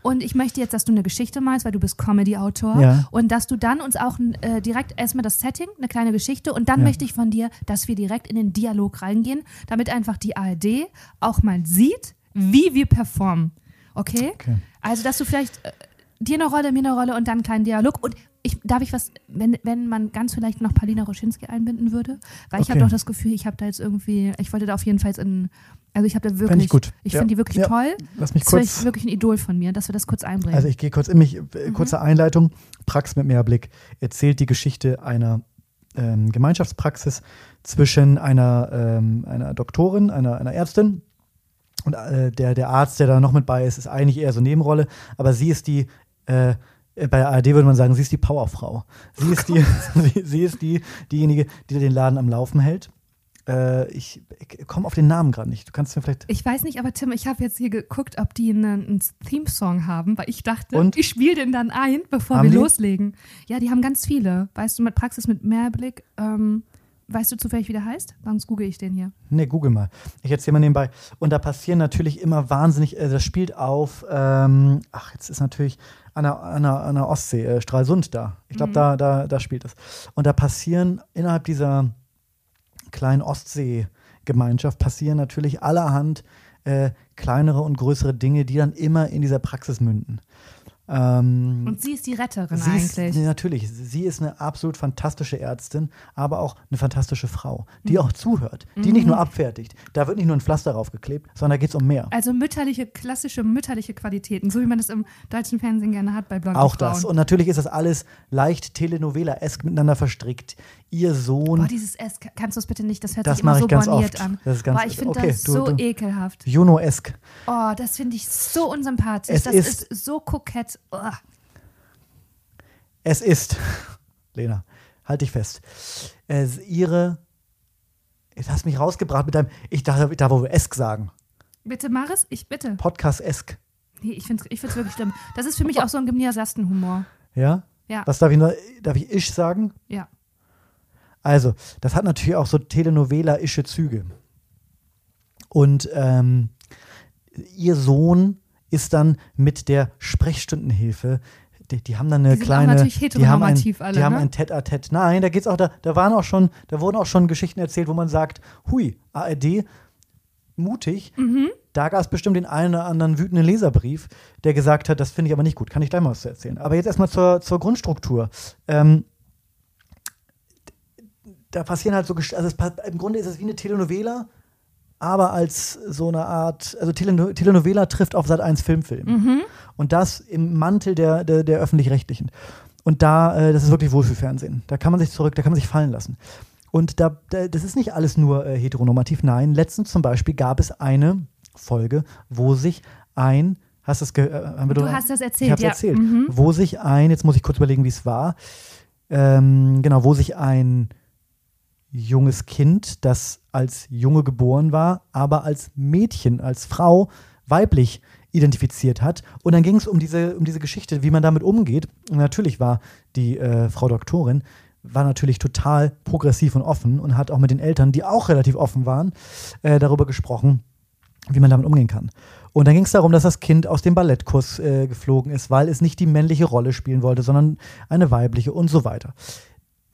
Speaker 2: Und ich möchte jetzt, dass du eine Geschichte malst, weil du bist Comedy-Autor.
Speaker 1: Ja.
Speaker 2: Und dass du dann uns auch äh, direkt erstmal das Setting, eine kleine Geschichte. Und dann
Speaker 1: Ja.
Speaker 2: möchte ich von dir, dass wir direkt in den Dialog reingehen, damit einfach die ARD auch mal sieht, wie wir performen. Okay?
Speaker 1: Okay.
Speaker 2: Also, dass du vielleicht äh, dir eine Rolle, mir eine Rolle und dann keinen Dialog. Und ich, darf ich was, wenn, wenn man ganz vielleicht noch Paulina Roschinski einbinden würde? Weil ich
Speaker 1: Okay.
Speaker 2: habe doch das Gefühl, ich habe da jetzt irgendwie, ich wollte da auf jeden Fall jetzt in, also ich habe da wirklich,
Speaker 1: ich gut. Ja.
Speaker 2: finde die wirklich
Speaker 1: Ja.
Speaker 2: toll.
Speaker 1: Lass mich
Speaker 2: Das wäre echt
Speaker 1: kurz.
Speaker 2: wirklich ein Idol von mir, dass wir das kurz einbringen.
Speaker 1: Also ich gehe kurz in mich, äh, kurze Einleitung. Prax mit Mehrblick erzählt die Geschichte einer ähm, Gemeinschaftspraxis zwischen einer, ähm, einer Doktorin, einer, einer Ärztin und äh, der, der Arzt, der da noch mit bei ist, ist eigentlich eher so Nebenrolle, aber sie ist die, äh, bei der ARD würde man sagen, sie ist die Powerfrau. Sie ist, die, sie, sie ist die, diejenige, die den Laden am Laufen hält. Äh, ich ich komme auf den Namen gerade nicht. Du kannst mir vielleicht
Speaker 2: ich weiß nicht, aber Tim, ich habe jetzt hier geguckt, ob die einen, einen Theme-Song haben, weil ich dachte,
Speaker 1: Und?
Speaker 2: ich spiele den dann ein, bevor
Speaker 1: Haben
Speaker 2: wir
Speaker 1: die?
Speaker 2: loslegen. Ja, die haben ganz viele. Weißt du, mit Praxis mit Mehrblick, ähm, weißt du zufällig, wie der heißt? Sonst google ich den hier.
Speaker 1: Ne, google mal. Ich erzähle mal nebenbei. Und da passieren natürlich immer wahnsinnig, äh, das spielt auf, ähm, ach, jetzt ist natürlich an der, an der, an der Ostsee, äh, Stralsund da. Ich glaube, da, da, da spielt es. Und da passieren innerhalb dieser kleinen Ostsee-Gemeinschaft passieren natürlich allerhand äh, kleinere und größere Dinge, die dann immer in dieser Praxis münden. Ähm,
Speaker 2: Und sie ist die Retterin
Speaker 1: Sie ist,
Speaker 2: eigentlich.
Speaker 1: nee, natürlich, sie ist eine absolut fantastische Ärztin, aber auch eine fantastische Frau, die
Speaker 2: Mhm.
Speaker 1: auch zuhört, die nicht nur abfertigt. Da wird nicht nur ein Pflaster draufgeklebt, sondern da geht es um mehr.
Speaker 2: Also mütterliche, klassische mütterliche Qualitäten, so wie man es im deutschen Fernsehen gerne hat bei blonden
Speaker 1: Auch
Speaker 2: Frauen.
Speaker 1: das. Und natürlich ist das alles leicht Telenovela-esk miteinander verstrickt. Ihr Sohn,
Speaker 2: Boah, dieses S, kannst du es bitte nicht, das hört
Speaker 1: Das
Speaker 2: sich immer
Speaker 1: mache
Speaker 2: so
Speaker 1: ich ganz
Speaker 2: borniert
Speaker 1: oft.
Speaker 2: an.
Speaker 1: Das ist ganz-
Speaker 2: Boah, ich finde
Speaker 1: okay,
Speaker 2: das
Speaker 1: du-
Speaker 2: so
Speaker 1: du-
Speaker 2: ekelhaft.
Speaker 1: Juno-esk.
Speaker 2: Oh, das finde ich so unsympathisch.
Speaker 1: Es
Speaker 2: das
Speaker 1: ist-
Speaker 2: ist, so kokett. Oh.
Speaker 1: Es ist, Lena, halt dich fest, es ihre, jetzt hast du mich rausgebracht mit deinem, ich darf, ich darf wohl esk sagen,
Speaker 2: Bitte, Maris, ich bitte.
Speaker 1: Podcast-esk.
Speaker 2: Nee, ich finde es ich find's wirklich schlimm. Das ist für mich auch so ein Gymniasasten-Humor.
Speaker 1: Ja?
Speaker 2: Ja.
Speaker 1: Was darf ich, noch- darf ich isch sagen?
Speaker 2: Ja.
Speaker 1: Also, das hat natürlich auch so telenovela-ische Züge. Und ähm, ihr Sohn ist dann mit der Sprechstundenhilfe, die, die haben dann eine
Speaker 2: Die sind auch
Speaker 1: kleine.
Speaker 2: natürlich
Speaker 1: die haben ein,
Speaker 2: heteronormativ alle,
Speaker 1: die haben
Speaker 2: ne?
Speaker 1: ein Tête-à-Tête. Nein, da geht's auch, da, da waren auch schon, da wurden auch schon Geschichten erzählt, wo man sagt, hui, ARD, mutig.
Speaker 2: Mhm.
Speaker 1: Da gab es bestimmt den einen oder anderen wütenden Leserbrief, der gesagt hat, das finde ich aber nicht gut, kann ich gleich mal was zu erzählen. Aber jetzt erstmal zur, zur Grundstruktur. Ähm, da passieren halt so, Gesch- also es, pa- im Grunde ist es wie eine Telenovela, aber als so eine Art, also Teleno Telenovela trifft auf Sat 1 Filmfilm.
Speaker 2: Mhm.
Speaker 1: Und das im Mantel der, der, der öffentlich-rechtlichen. Und da, äh, das ist wirklich Wohlfühlfernsehen. Da kann man sich zurück, da kann man sich fallen lassen. Und da, da, das ist nicht alles nur äh, heteronormativ. Nein, letztens zum Beispiel gab es eine Folge, wo sich ein, hast du es ge- äh, haben wir
Speaker 2: Du
Speaker 1: drüber-
Speaker 2: hast das erzählt,
Speaker 1: ich hab's
Speaker 2: ja.
Speaker 1: erzählt,
Speaker 2: Mhm.
Speaker 1: wo sich ein, jetzt muss ich kurz überlegen, wie es war, ähm, genau, wo sich ein junges Kind, das als Junge geboren war, aber als Mädchen, als Frau weiblich identifiziert hat. Und dann ging es um diese, um diese Geschichte, wie man damit umgeht. Und natürlich war die äh, Frau Doktorin, war natürlich total progressiv und offen und hat auch mit den Eltern, die auch relativ offen waren, äh, darüber gesprochen, wie man damit umgehen kann. Und dann ging es darum, dass das Kind aus dem Ballettkurs äh, geflogen ist, weil es nicht die männliche Rolle spielen wollte, sondern eine weibliche und so weiter.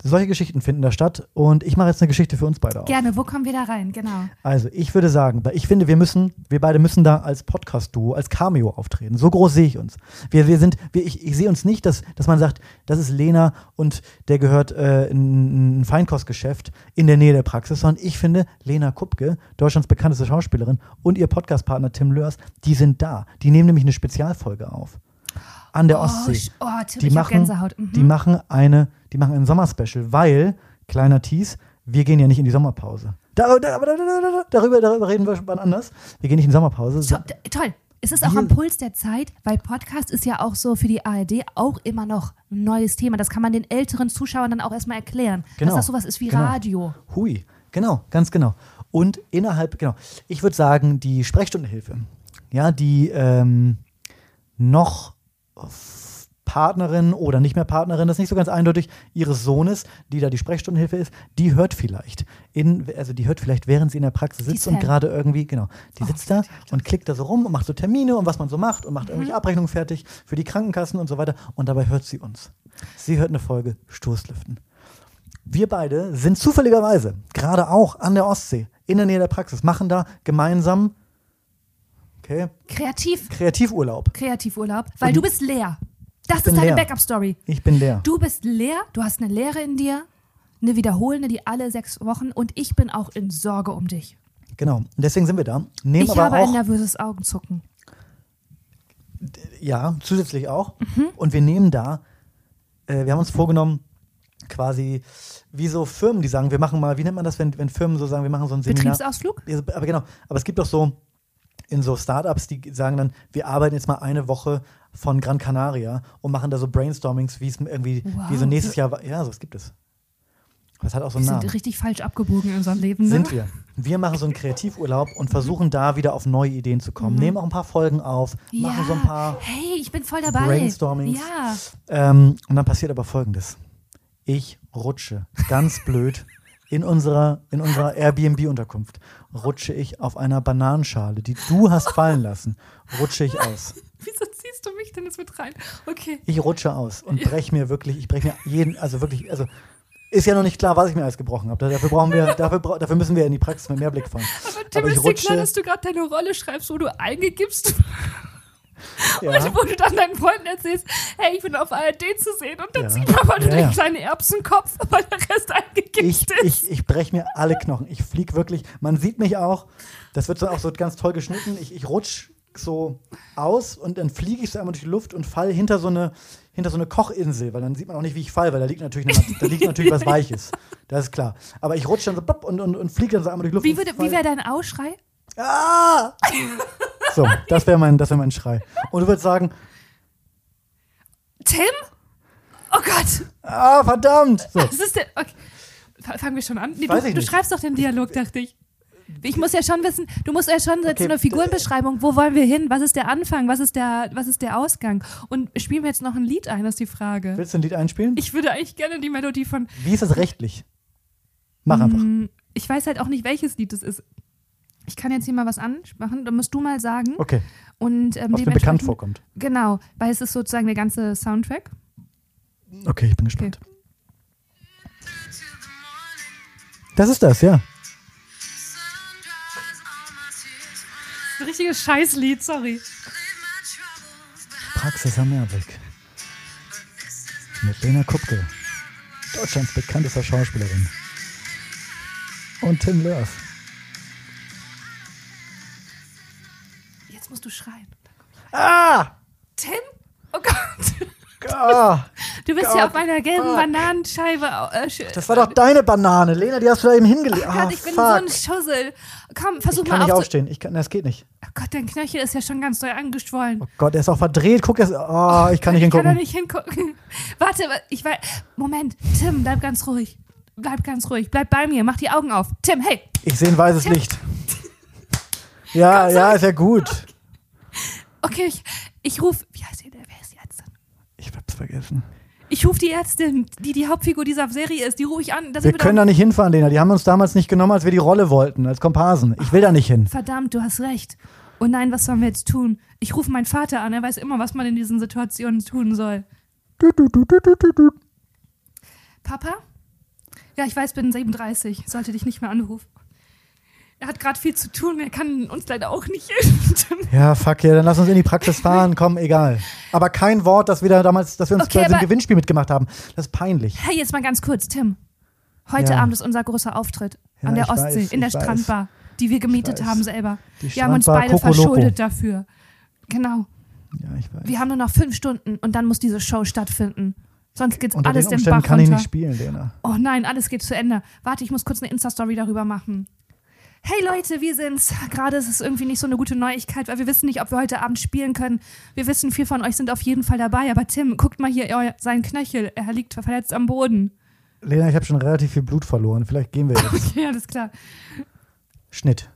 Speaker 1: Solche Geschichten finden da statt und ich mache jetzt eine Geschichte für uns beide auf.
Speaker 2: Gerne, wo kommen wir da rein? Genau.
Speaker 1: Also, ich würde sagen, weil ich finde, wir müssen, wir beide müssen da als Podcast-Duo, als Cameo auftreten. So groß sehe ich uns. Wir, wir sind, wir, ich, ich sehe uns nicht, dass, dass man sagt, das ist Lena und der gehört äh, in ein Feinkostgeschäft in der Nähe der Praxis, sondern ich finde, Lena Kupke, Deutschlands bekannteste Schauspielerin, und ihr Podcast-Partner Tim Lörs, die sind da. Die nehmen nämlich eine Spezialfolge auf an der
Speaker 2: Oh,
Speaker 1: Ostsee.
Speaker 2: sch- oh, Tim,
Speaker 1: die,
Speaker 2: ich hab
Speaker 1: machen,
Speaker 2: Gänsehaut. Mhm.
Speaker 1: die machen eine, die machen ein Sommerspecial, weil, kleiner Tease, wir gehen ja nicht in die Sommerpause. Da, da, aber da, da, da, da, darüber, darüber reden wir schon mal anders. Wir gehen nicht in die Sommerpause.
Speaker 2: To toll. Es ist auch
Speaker 1: Wir-
Speaker 2: am Puls der Zeit, weil Podcast ist ja auch so für die ARD auch immer noch ein neues Thema. Das kann man den älteren Zuschauern dann auch erstmal erklären,
Speaker 1: Genau.
Speaker 2: dass das sowas ist wie
Speaker 1: Genau.
Speaker 2: Radio.
Speaker 1: Hui, genau, ganz genau. Und innerhalb, genau, ich würde sagen, die Sprechstundenhilfe, ja, die ähm, noch f- Partnerin oder nicht mehr Partnerin, das ist nicht so ganz eindeutig, ihres Sohnes, die da die Sprechstundenhilfe ist, die hört vielleicht, in, also die hört vielleicht, während sie in der Praxis sitzt und
Speaker 2: Sam.
Speaker 1: gerade irgendwie, genau, die
Speaker 2: Oh,
Speaker 1: sitzt da und klickt da so rum und macht so Termine und was man so macht und macht irgendwelche Abrechnungen fertig für die Krankenkassen und so weiter und dabei hört sie uns. Sie hört eine Folge Stoßlüften. Wir beide sind zufälligerweise gerade auch an der Ostsee, in der Nähe der Praxis, machen da gemeinsam okay,
Speaker 2: Kreativ,
Speaker 1: Kreativurlaub.
Speaker 2: Kreativurlaub, weil
Speaker 1: Und-
Speaker 2: du bist leer. Das
Speaker 1: bin
Speaker 2: ist deine
Speaker 1: leer.
Speaker 2: Backup-Story.
Speaker 1: Ich bin leer.
Speaker 2: Du bist leer, du hast eine Leere in dir, eine wiederholende, die alle sechs Wochen und ich bin auch in Sorge um dich.
Speaker 1: Genau. Und deswegen sind wir da. Nehmen
Speaker 2: ich
Speaker 1: aber
Speaker 2: habe ein
Speaker 1: auch,
Speaker 2: nervöses Augenzucken.
Speaker 1: ja, zusätzlich auch.
Speaker 2: Mhm.
Speaker 1: Und wir nehmen da, äh, wir haben uns vorgenommen, quasi wie so Firmen, die sagen, wir machen mal, wie nennt man das, wenn, wenn Firmen so sagen, wir machen so ein Seminar.
Speaker 2: Betriebsausflug?
Speaker 1: Ja, Aber genau, aber es gibt doch so in so Startups, die sagen dann, wir arbeiten jetzt mal eine Woche von Gran Canaria und machen da so Brainstormings, wie es irgendwie,
Speaker 2: Wow.
Speaker 1: wie so nächstes Jahr, wa- ja, sowas gibt es. Aber es hat auch so
Speaker 2: Wir
Speaker 1: einen
Speaker 2: sind
Speaker 1: Namen.
Speaker 2: richtig falsch abgebogen in unserem Leben. Ne?
Speaker 1: Sind wir. Wir machen so einen Kreativurlaub und versuchen da wieder auf neue Ideen zu kommen. Nehmen auch ein paar Folgen auf,
Speaker 2: Mhm. Ja.
Speaker 1: machen so ein paar
Speaker 2: Hey, ich bin voll dabei.
Speaker 1: Brainstormings.
Speaker 2: Ja.
Speaker 1: Ähm, und dann passiert aber Folgendes. Ich rutsche ganz blöd in unserer, in unserer Airbnb-Unterkunft. Rutsche ich auf einer Bananenschale, die du hast fallen lassen, rutsche ich aus.
Speaker 2: Wieso ziehst du mich denn jetzt mit rein? Okay.
Speaker 1: Ich rutsche aus und breche mir wirklich, ich breche mir jeden, also wirklich, also ist ja noch nicht klar, was ich mir alles gebrochen habe. Dafür brauchen wir, dafür, bra- dafür müssen wir in die Praxis mit mehr Blick fahren.
Speaker 2: Aber Tim,
Speaker 1: Aber ich
Speaker 2: ist dir
Speaker 1: rutsche-
Speaker 2: klar, dass du gerade deine Rolle schreibst, wo du eingegibst
Speaker 1: Ja.
Speaker 2: und wo du dann deinen Freunden erzählst, hey, ich bin auf ARD zu sehen und dann
Speaker 1: Ja.
Speaker 2: sieht man mal nur
Speaker 1: Ja, ja.
Speaker 2: den kleinen Erbsenkopf, weil der Rest
Speaker 1: ich,
Speaker 2: eingegipst ist.
Speaker 1: ich, ich breche mir alle Knochen. Ich flieg wirklich. Man sieht mich auch. Das wird so auch so ganz toll geschnitten. Ich, ich rutsch so aus und dann fliege ich so einmal durch die Luft und fall hinter so eine hinter so eine Kochinsel, weil dann sieht man auch nicht, wie ich fall, weil da liegt natürlich eine, da liegt natürlich was Weiches. Das ist klar. Aber ich rutsche dann so pop, und, und, und fliege dann so einmal durch die Luft.
Speaker 2: Wie,
Speaker 1: und
Speaker 2: würde,
Speaker 1: fall-
Speaker 2: wie wäre dein Ausschrei?
Speaker 1: ah! So, das wäre mein, das wär mein Schrei. Und du würdest sagen,
Speaker 2: Tim? Oh Gott,
Speaker 1: ah, verdammt! So.
Speaker 2: das ist der. Okay. F- Fangen wir schon an? Nee,
Speaker 1: Weiß
Speaker 2: du,
Speaker 1: ich
Speaker 2: du
Speaker 1: nicht.
Speaker 2: schreibst doch den Dialog, dachte ich. Ich muss ja schon wissen, du musst ja schon jetzt
Speaker 1: Okay,
Speaker 2: eine Figurenbeschreibung, wo wollen wir hin? Was ist der Anfang? Was ist der, was ist der Ausgang? Und spielen wir jetzt noch ein Lied ein, ist die Frage.
Speaker 1: Willst du ein Lied einspielen?
Speaker 2: Ich würde eigentlich gerne die Melodie von.
Speaker 1: Wie ist das rechtlich? Mach einfach.
Speaker 2: Mm, Ich weiß halt auch nicht, welches Lied es ist. Ich kann jetzt hier mal was anmachen, dann musst du mal sagen.
Speaker 1: Okay,
Speaker 2: Und,
Speaker 1: was mir
Speaker 2: ähm,
Speaker 1: bekannt
Speaker 2: dementsprechend-
Speaker 1: vorkommt.
Speaker 2: Genau, weil es ist sozusagen der ganze Soundtrack.
Speaker 1: Okay, ich bin gespannt. Das ist das, ja.
Speaker 2: Ein richtiges Scheißlied, sorry.
Speaker 1: Praxis am Meerweg. Mit Lena Kupke, Deutschlands bekanntester Schauspielerin. Und Tim Lörs.
Speaker 2: Jetzt musst du schreien.
Speaker 1: Ah!
Speaker 2: Tim? Oh Gott. Oh
Speaker 1: ah!
Speaker 2: Du bist
Speaker 1: Gott,
Speaker 2: ja auf einer gelben
Speaker 1: fuck.
Speaker 2: Bananenscheibe. Äh, sch- Oh
Speaker 1: Das war doch deine Banane, Lena, die hast du da eben hingelegt.
Speaker 2: Gott,
Speaker 1: Ah,
Speaker 2: ich bin so
Speaker 1: fuck.
Speaker 2: ein Schussel. Komm, versuch
Speaker 1: ich kann
Speaker 2: mal
Speaker 1: nicht
Speaker 2: aufzu...
Speaker 1: aufstehen. Ich kann, na, das geht nicht.
Speaker 2: Oh Gott, dein Knöchel ist ja schon ganz doll angeschwollen.
Speaker 1: Oh Gott, er ist auch verdreht. Guck, er ist, oh, ich kann nicht
Speaker 2: Ich kann da
Speaker 1: hingucken.
Speaker 2: nicht hingucken. Warte, wa- ich weiß. Moment, Tim, bleib ganz ruhig. bleib ganz ruhig, bleib bei mir, mach die Augen auf. Tim, hey!
Speaker 1: Ich sehe ein weißes Licht. Ja, ja, ist ja gut.
Speaker 2: Okay, ich, ich ruf. Wie heißt die denn? Wer ist die Ärztin?
Speaker 1: Ich hab's vergessen.
Speaker 2: Ich rufe die Ärztin, die die Hauptfigur dieser Serie ist. Die rufe ich an. Da sind
Speaker 1: Wir
Speaker 2: da-
Speaker 1: können da nicht hinfahren, Lena. Die haben uns damals nicht genommen, als wir die Rolle wollten, als Komparsen. Ich will da nicht hin.
Speaker 2: Verdammt, du hast recht. Oh nein, was sollen wir jetzt tun? Ich rufe meinen Vater an. Er weiß immer, was man in diesen Situationen tun soll.
Speaker 1: Du, du, du, du, du, du, du.
Speaker 2: Papa? Ja, ich weiß, bin 37. Sollte dich nicht mehr anrufen. Er hat gerade viel zu tun. Er kann uns leider auch nicht helfen.
Speaker 1: Ja, fuck ja, dann lass uns in die Praxis fahren. Komm, egal. Aber kein Wort, dass wir da damals, dass wir uns
Speaker 2: Okay,
Speaker 1: bei diesem
Speaker 2: aber-
Speaker 1: Gewinnspiel mitgemacht haben. Das ist peinlich.
Speaker 2: Hey, jetzt mal ganz kurz, Tim. Heute
Speaker 1: Ja.
Speaker 2: Abend ist unser großer Auftritt
Speaker 1: Ja,
Speaker 2: an der
Speaker 1: ich
Speaker 2: Ostsee,
Speaker 1: weiß,
Speaker 2: in der
Speaker 1: ich weiß.
Speaker 2: Strandbar, die wir gemietet
Speaker 1: weiß.
Speaker 2: haben selber.
Speaker 1: Die
Speaker 2: wir haben uns
Speaker 1: Strandbar
Speaker 2: beide
Speaker 1: Kokoloko.
Speaker 2: verschuldet dafür. Genau.
Speaker 1: Ja, ich weiß.
Speaker 2: Wir haben nur noch fünf Stunden und dann muss diese Show stattfinden. Sonst geht
Speaker 1: Unter
Speaker 2: alles
Speaker 1: den
Speaker 2: den
Speaker 1: Umständen
Speaker 2: Bach
Speaker 1: kann ich
Speaker 2: runter.
Speaker 1: nicht spielen, Lena.
Speaker 2: Oh nein, alles geht zu Ende. Warte, ich muss kurz eine Insta-Story darüber machen. Hey Leute, wir sind's. Gerade ist es irgendwie nicht so eine gute Neuigkeit, weil wir wissen nicht, ob wir heute Abend spielen können. Wir wissen, viele von euch sind auf jeden Fall dabei, aber Tim, guckt mal hier eu- seinen Knöchel. Er liegt verletzt am Boden.
Speaker 1: Lena, ich habe schon relativ viel Blut verloren. Vielleicht gehen wir jetzt.
Speaker 2: Okay, alles klar.
Speaker 1: Schnitt.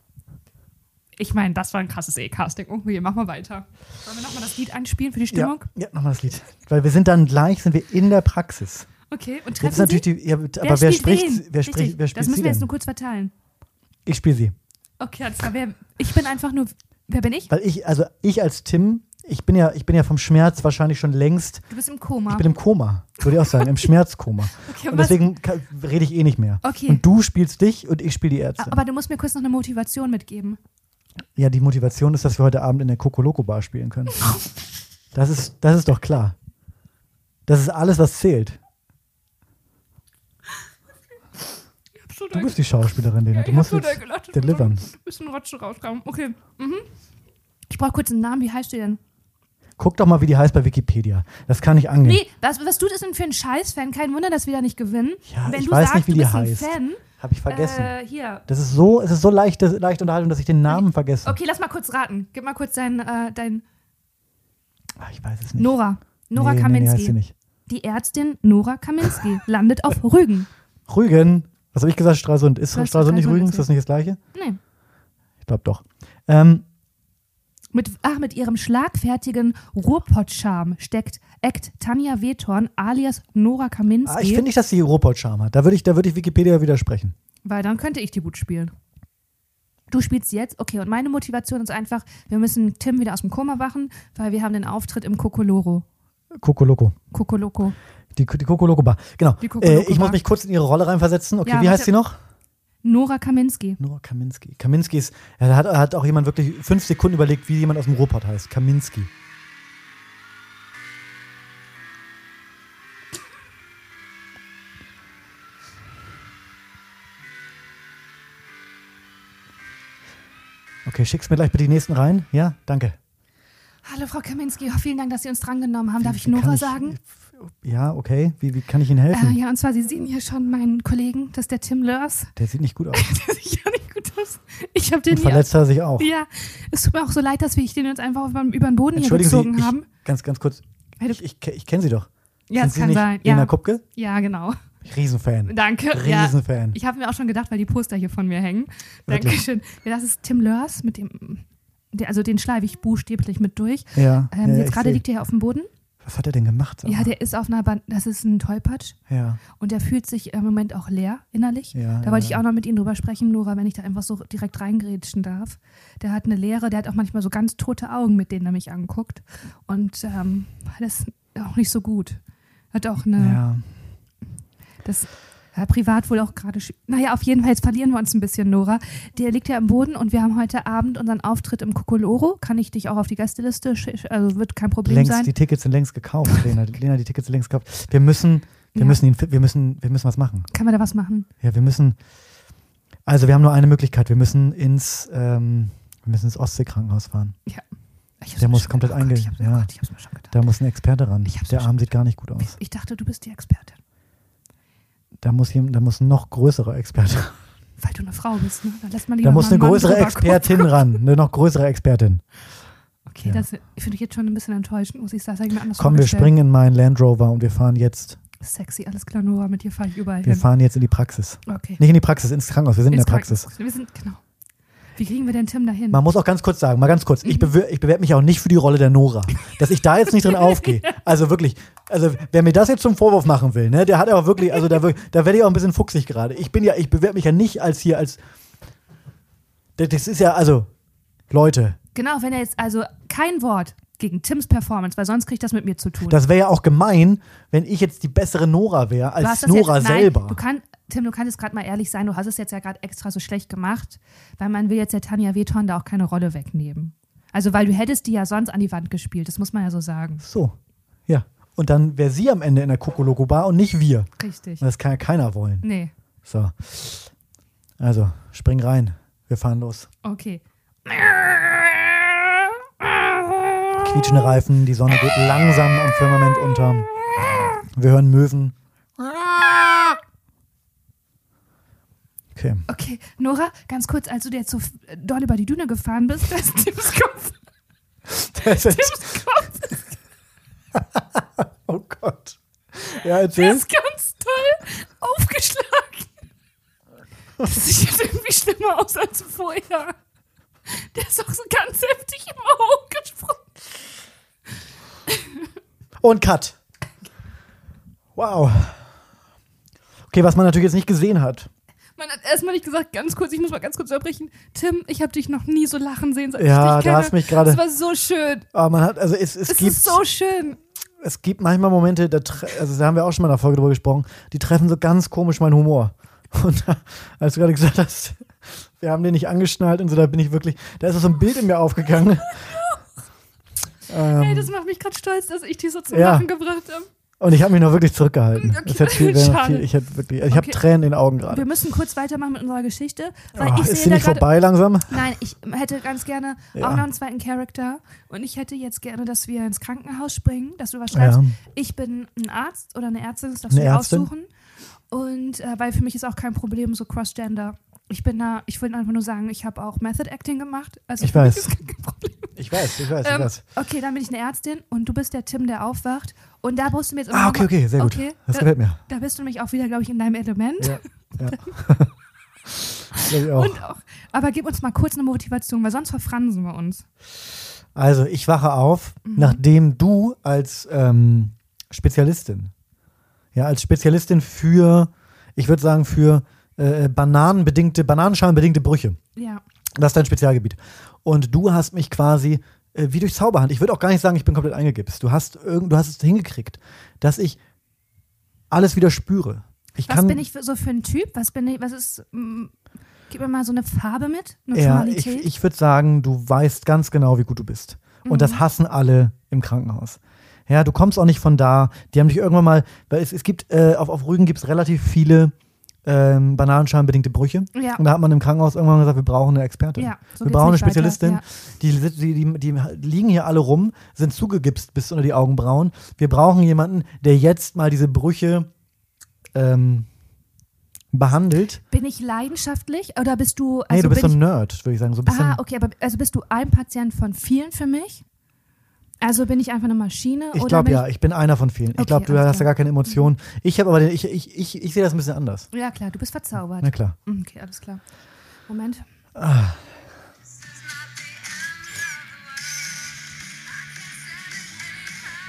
Speaker 2: Ich meine, das war ein krasses E-Casting. Okay, mach mal weiter. Wollen wir nochmal das Lied einspielen für die
Speaker 1: Ja,
Speaker 2: Stimmung?
Speaker 1: ja nochmal das Lied. Weil wir sind dann gleich, sind wir in der Praxis.
Speaker 2: Okay, und
Speaker 1: Jetzt
Speaker 2: treffen
Speaker 1: ist natürlich
Speaker 2: Sie?
Speaker 1: die, ja, aber wer
Speaker 2: spielt
Speaker 1: spricht,
Speaker 2: wen?
Speaker 1: wer spricht,
Speaker 2: Richtig,
Speaker 1: wer
Speaker 2: Das
Speaker 1: spricht
Speaker 2: müssen
Speaker 1: sie
Speaker 2: wir jetzt
Speaker 1: denn?
Speaker 2: nur kurz verteilen.
Speaker 1: Ich spiele sie.
Speaker 2: Okay, alles klar. Wer, ich bin einfach nur... Wer bin ich?
Speaker 1: Weil ich, also ich als Tim, ich bin ja, ich bin ja vom Schmerz wahrscheinlich schon längst,
Speaker 2: Du bist im Koma.
Speaker 1: ich bin im Koma, würde ich auch sagen, im Schmerzkoma.
Speaker 2: Okay,
Speaker 1: und
Speaker 2: was-
Speaker 1: deswegen ka- rede ich eh nicht mehr.
Speaker 2: Okay.
Speaker 1: Und du spielst dich und ich spiele die
Speaker 2: Ah,
Speaker 1: Ärzte.
Speaker 2: Aber du musst mir kurz noch eine Motivation mitgeben.
Speaker 1: Ja, die Motivation ist, dass wir heute Abend in der Kokoloko Bar spielen können. Das ist, das ist doch klar. Das ist alles, was zählt. Du bist die Schauspielerin, Lena. Du musst jetzt delivern.
Speaker 2: bisschen Rotschen rauskommen. Okay. Mhm. Ich brauche kurz einen Namen. Wie heißt du denn?
Speaker 1: Guck doch mal, wie die heißt bei Wikipedia. Das kann ich angehen.
Speaker 2: Nee, was, was tut es denn für ein Scheiß-Fan? Kein Wunder, dass wir da nicht gewinnen.
Speaker 1: Ja,
Speaker 2: Wenn
Speaker 1: ich
Speaker 2: du
Speaker 1: weiß
Speaker 2: sagst,
Speaker 1: nicht, wie
Speaker 2: du
Speaker 1: die
Speaker 2: bist
Speaker 1: heißt.
Speaker 2: ein
Speaker 1: Hab ich
Speaker 2: Fan.
Speaker 1: vergessen.
Speaker 2: Äh, hier.
Speaker 1: Das ist so, es ist so leicht, leicht Unterhaltung, dass ich den Namen vergesse.
Speaker 2: Okay, lass mal kurz raten. Gib mal kurz dein, äh, dein
Speaker 1: Ah, Ich weiß es nicht.
Speaker 2: Nora. Nora
Speaker 1: nee, Nee, nee, heißt
Speaker 2: Kaminski.
Speaker 1: sie nicht.
Speaker 2: die Ärztin Nora Kaminski landet auf Rügen.
Speaker 1: Rügen. Was habe ich gesagt? Stralsund. Ist
Speaker 2: Du hast
Speaker 1: Stralsund nicht
Speaker 2: Stralsund
Speaker 1: Rügen? Ist das nicht das gleiche?
Speaker 2: Nee.
Speaker 1: Ich glaube doch. Ähm,
Speaker 2: Mit, ach, mit ihrem schlagfertigen Ruhrpott-Charme steckt Act Tanja Wethorn alias Nora Kaminski.
Speaker 1: ah, ich finde nicht, dass sie Robot-Charme hat. Da würde ich, da würde ich Wikipedia widersprechen.
Speaker 2: Weil dann könnte ich die gut spielen. Du spielst jetzt? Okay, und meine Motivation ist einfach, wir müssen Tim wieder aus dem Koma wachen, weil wir haben den Auftritt im Kokoloro.
Speaker 1: Kokoloko.
Speaker 2: Kokoloko.
Speaker 1: Die, die Kokoloko Bar. Genau.
Speaker 2: Die Kokoloko
Speaker 1: äh, ich muss
Speaker 2: Bar.
Speaker 1: mich kurz in ihre Rolle reinversetzen. Okay,
Speaker 2: Ja,
Speaker 1: wie
Speaker 2: warte.
Speaker 1: heißt sie noch?
Speaker 2: Nora Kaminski.
Speaker 1: Nora Kaminski. Kaminski ist, ja, da hat, hat auch jemand wirklich fünf Sekunden überlegt, wie jemand aus dem Ruhrpott heißt. Kaminski. Okay, schick's mir gleich bitte die nächsten rein. Ja, danke.
Speaker 2: Hallo, Frau Kaminski. Oh, vielen Dank, dass Sie uns drangenommen haben. Darf ich
Speaker 1: Wie kann
Speaker 2: Nora sagen?
Speaker 1: Ja, okay. Wie, wie kann ich Ihnen
Speaker 2: Äh,
Speaker 1: helfen?
Speaker 2: ja, und zwar, Sie sehen hier schon meinen Kollegen, das ist der Tim Lörs.
Speaker 1: Der sieht nicht gut aus.
Speaker 2: Der sieht ja nicht gut aus. Ich habe den
Speaker 1: Und verletzt er sich auch.
Speaker 2: hier. Ja, es tut mir auch so leid, dass wir ich den jetzt einfach über, über den Boden hier
Speaker 1: Entschuldigen
Speaker 2: gezogen
Speaker 1: Sie,
Speaker 2: haben.
Speaker 1: ich, ganz, ganz kurz.
Speaker 2: Weil du-
Speaker 1: Ich, ich, ich kenne Sie doch.
Speaker 2: Ja,
Speaker 1: Sind
Speaker 2: es
Speaker 1: Sie
Speaker 2: kann
Speaker 1: nicht
Speaker 2: sein.
Speaker 1: Lena
Speaker 2: Ja.
Speaker 1: Kupke?
Speaker 2: ja, genau.
Speaker 1: Riesenfan.
Speaker 2: Danke. Ja.
Speaker 1: Riesenfan.
Speaker 2: Ich habe mir auch schon gedacht, weil die Poster hier von mir hängen.
Speaker 1: Wirklich?
Speaker 2: Dankeschön. Ja, das ist Tim Lörs mit dem, der, also den schleife ich buchstäblich mit durch.
Speaker 1: Ja.
Speaker 2: Ähm,
Speaker 1: ja,
Speaker 2: jetzt
Speaker 1: ich
Speaker 2: gerade
Speaker 1: seh.
Speaker 2: liegt er hier auf dem Boden.
Speaker 1: Was hat er denn gemacht? sag
Speaker 2: Ja,
Speaker 1: mal?
Speaker 2: der ist auf einer Band, das ist ein Tollpatsch
Speaker 1: ja.
Speaker 2: und der fühlt sich im Moment auch leer innerlich.
Speaker 1: Ja,
Speaker 2: da
Speaker 1: ja,
Speaker 2: wollte ich
Speaker 1: ja.
Speaker 2: auch noch mit Ihnen drüber sprechen, Nora, wenn ich da einfach so direkt reingrätschen darf. Der hat eine Leere, der hat auch manchmal so ganz tote Augen, mit denen er mich anguckt. Und ähm, das ist auch nicht so gut. Hat auch eine,
Speaker 1: Ja.
Speaker 2: das ja, privat wohl auch gerade. schw- Naja, auf jeden Fall, jetzt verlieren wir uns ein bisschen, Nora. Der liegt ja am Boden und wir haben heute Abend unseren Auftritt im Kokoloro. Kann ich dich auch auf die Gästeliste? sch- Also wird kein Problem
Speaker 1: Längst,
Speaker 2: sein.
Speaker 1: die Tickets sind längst gekauft, Lena. Lena, die Tickets sind längst gekauft. Wir müssen, wir
Speaker 2: Ja.
Speaker 1: müssen ihn, fi- wir müssen, wir müssen was machen.
Speaker 2: Kann man da was machen?
Speaker 1: Ja, wir müssen. Also wir haben nur eine Möglichkeit. Wir müssen ins, ähm, wir müssen ins Ostseekrankenhaus fahren.
Speaker 2: Ja. Ich hab's
Speaker 1: Der
Speaker 2: mir
Speaker 1: muss
Speaker 2: schon
Speaker 1: komplett
Speaker 2: gedacht. Oh Gott,
Speaker 1: einge-
Speaker 2: Ich hab's, mir-
Speaker 1: ja.
Speaker 2: oh Gott, ich hab's mir schon gedacht.
Speaker 1: Da muss ein Experte ran.
Speaker 2: Ich hab's
Speaker 1: Der Arm sieht gar nicht gut aus.
Speaker 2: Ich dachte, du bist die Expertin,
Speaker 1: Da muss jemand, da muss ein noch größerer Experte.
Speaker 2: weil du eine Frau bist. Ne? Dann lässt man lieber
Speaker 1: Da muss eine
Speaker 2: mal einen Mann
Speaker 1: größere
Speaker 2: drüber
Speaker 1: Expertin ran. Eine noch größere Expertin.
Speaker 2: gucken. Okay,
Speaker 1: Ja.
Speaker 2: das finde ich jetzt schon ein bisschen enttäuschend, muss ich sagen. Das hab ich mir anders
Speaker 1: Komm, wir
Speaker 2: vorgestellt.
Speaker 1: springen in meinen Land Rover und wir fahren jetzt
Speaker 2: Sexy, alles klar, Nora, mit dir fahre ich überall
Speaker 1: Wir
Speaker 2: hin.
Speaker 1: fahren jetzt in die Praxis.
Speaker 2: Okay.
Speaker 1: Nicht in die Praxis, ins Krankenhaus. Wir sind in
Speaker 2: Ins
Speaker 1: der Praxis.
Speaker 2: Krankenhaus. Mhm. Wir sind, genau. Wie kriegen wir denn Tim dahin?
Speaker 1: Man muss auch ganz kurz sagen, mal ganz kurz,
Speaker 2: Mhm.
Speaker 1: ich, bewir ich bewerbe mich auch nicht für die Rolle der Nora. Dass ich da jetzt nicht drin aufgehe. Also wirklich, also wer mir das jetzt zum Vorwurf machen will, ne, der hat auch wirklich, also da, wir- da werde ich auch ein bisschen fuchsig gerade. Ich bin ja, ich bewerbe mich ja nicht als hier, als. Das- Das ist ja, also, Leute,
Speaker 2: Genau, wenn er jetzt, also kein Wort gegen Tims Performance, weil sonst kriegt das mit mir zu tun.
Speaker 1: das wäre ja auch gemein, wenn ich jetzt die bessere Nora wäre
Speaker 2: Du
Speaker 1: als
Speaker 2: hast das
Speaker 1: Nora
Speaker 2: jetzt, nein,
Speaker 1: selber.
Speaker 2: Du kann, Tim, du kannst jetzt gerade mal ehrlich sein, du hast es jetzt ja gerade extra so schlecht gemacht, weil man will jetzt der Tanja Wethorn da auch keine Rolle wegnehmen. Also, weil du hättest die ja sonst an die Wand gespielt, das muss man ja so sagen.
Speaker 1: So, ja. Und dann wäre sie am Ende in der Kokoloko Bar und nicht wir.
Speaker 2: Richtig.
Speaker 1: Das kann ja keiner wollen.
Speaker 2: Nee,
Speaker 1: So. Also, spring rein. Wir fahren los.
Speaker 2: okay.
Speaker 1: Quietschende Reifen, die Sonne geht langsam am Firmament unter. Wir hören Möwen. Okay.
Speaker 2: Okay, Nora, ganz kurz, als du dir jetzt so f- doll über die Düne gefahren bist, da ist Tims Kopf.
Speaker 1: Das ist,
Speaker 2: Tims Kopf
Speaker 1: oh Gott. Ja, erzähl.
Speaker 2: ist ganz toll aufgeschlagen. Das sieht jetzt irgendwie schlimmer aus als vorher. Der ist auch so ganz heftig immer hochgesprungen.
Speaker 1: Und Cut. Wow. Okay, was man natürlich jetzt nicht gesehen hat.
Speaker 2: Man hat erstmal nicht gesagt, ganz kurz, ich muss mal ganz kurz unterbrechen. Tim, ich habe dich noch nie so lachen sehen, seit
Speaker 1: Ja,
Speaker 2: ich dich
Speaker 1: da
Speaker 2: kenne.
Speaker 1: hast mich gerade-
Speaker 2: Das war so schön.
Speaker 1: Aber man hat, also es, es,
Speaker 2: Es
Speaker 1: gibt,
Speaker 2: ist so schön.
Speaker 1: es gibt manchmal Momente, da, tre- also da haben wir auch schon mal in der Folge drüber gesprochen, die treffen so ganz komisch meinen Humor. Und da, als du gerade gesagt hast, wir haben den nicht angeschnallt und so, da bin ich wirklich, da ist so ein Bild in mir aufgegangen.
Speaker 2: Ey, das macht mich gerade stolz, dass ich dich so zum
Speaker 1: ähm, ja.
Speaker 2: Lachen gebracht habe.
Speaker 1: Und ich habe mich noch wirklich zurückgehalten.
Speaker 2: Okay,
Speaker 1: Das hätte viel, wäre noch
Speaker 2: schade.
Speaker 1: viel, ich hätte wirklich, ich habe
Speaker 2: Okay.
Speaker 1: Tränen in den Augen gerade.
Speaker 2: Wir müssen kurz weitermachen mit unserer Geschichte, weil
Speaker 1: Oh,
Speaker 2: ich
Speaker 1: ist
Speaker 2: sehe
Speaker 1: sie
Speaker 2: da
Speaker 1: nicht
Speaker 2: gerade
Speaker 1: vorbei langsam?
Speaker 2: Nein, ich hätte ganz gerne
Speaker 1: Ja.
Speaker 2: auch noch einen zweiten Charakter. Und ich hätte jetzt gerne, dass wir ins Krankenhaus springen, dass du was schreibst.
Speaker 1: Ja.
Speaker 2: Ich bin ein Arzt oder eine Ärztin, das darfst
Speaker 1: Eine
Speaker 2: du dir
Speaker 1: Ärztin?
Speaker 2: aussuchen. Und äh, weil für mich ist auch kein Problem, so Cross-Gender. Ich bin da, ich will einfach nur sagen, ich habe auch Method Acting gemacht. Also
Speaker 1: Ich
Speaker 2: für mich
Speaker 1: weiß.
Speaker 2: ist kein Problem.
Speaker 1: Ich weiß, ich weiß, ich
Speaker 2: Ähm,
Speaker 1: weiß.
Speaker 2: okay, dann bin ich eine Ärztin und du bist der Tim, der aufwacht. Und da brauchst du mir jetzt
Speaker 1: Ah, okay,
Speaker 2: noch mal-
Speaker 1: okay, sehr gut.
Speaker 2: Okay,
Speaker 1: das
Speaker 2: da,
Speaker 1: gefällt mir.
Speaker 2: da bist du nämlich auch wieder, glaube ich, in deinem Element.
Speaker 1: Ja. ja. Glaub ich auch.
Speaker 2: Und auch, aber gib uns mal kurz eine Motivation, weil sonst verfransen wir uns.
Speaker 1: Also, ich wache auf,
Speaker 2: Mhm.
Speaker 1: nachdem du als ähm, Spezialistin, ja, als Spezialistin für, ich würde sagen, für äh, bananenbedingte, bananenschalenbedingte Brüche.
Speaker 2: Ja.
Speaker 1: Das ist dein Spezialgebiet. Und du hast mich quasi äh, wie durch Zauberhand. Ich würde auch gar nicht sagen, ich bin komplett eingegipst. Du hast irgend, du hast es hingekriegt, dass ich alles wieder spüre. Ich
Speaker 2: Was
Speaker 1: kann,
Speaker 2: bin ich für, so für ein Typ? Was bin ich, was ist, mm, gib mir mal so eine Farbe mit, eine
Speaker 1: ja, ich,
Speaker 2: Tonalität.
Speaker 1: ich würde sagen, du weißt ganz genau, wie gut du bist. Und
Speaker 2: Mhm.
Speaker 1: das hassen alle im Krankenhaus. Ja, du kommst auch nicht von da. Die haben dich irgendwann mal, weil es, es gibt, äh, auf, auf Rügen gibt es relativ viele ähm, bananenschalenbedingte Brüche.
Speaker 2: Ja.
Speaker 1: Und da hat man im Krankenhaus irgendwann gesagt, wir brauchen eine Expertin.
Speaker 2: Ja, so
Speaker 1: wir
Speaker 2: geht's
Speaker 1: brauchen eine
Speaker 2: nicht weiter,
Speaker 1: Spezialistin.
Speaker 2: ja.
Speaker 1: Die, sit- die, die, die liegen hier alle rum, sind zugegipst bis unter die Augenbrauen. Wir brauchen jemanden, der jetzt mal diese Brüche ähm, behandelt.
Speaker 2: bin ich leidenschaftlich oder bist du, also
Speaker 1: Nee, du bist so
Speaker 2: bin
Speaker 1: ein Nerd, würde ich sagen. So ein
Speaker 2: ich,
Speaker 1: bisschen
Speaker 2: aha, okay, aber also bist du ein Patient von vielen für mich? Also bin ich einfach eine Maschine
Speaker 1: Ich
Speaker 2: oder
Speaker 1: glaube
Speaker 2: bin
Speaker 1: ja, ich bin einer von vielen.
Speaker 2: Okay,
Speaker 1: ich glaube, du
Speaker 2: alles
Speaker 1: hast ja
Speaker 2: klar. Mhm.
Speaker 1: gar keine Emotionen. Ich habe aber den, ich, ich, ich, ich sehe das ein bisschen anders.
Speaker 2: ich? Ja klar, du bist verzaubert.
Speaker 1: Na klar.
Speaker 2: Mm, Okay, alles klar. Moment.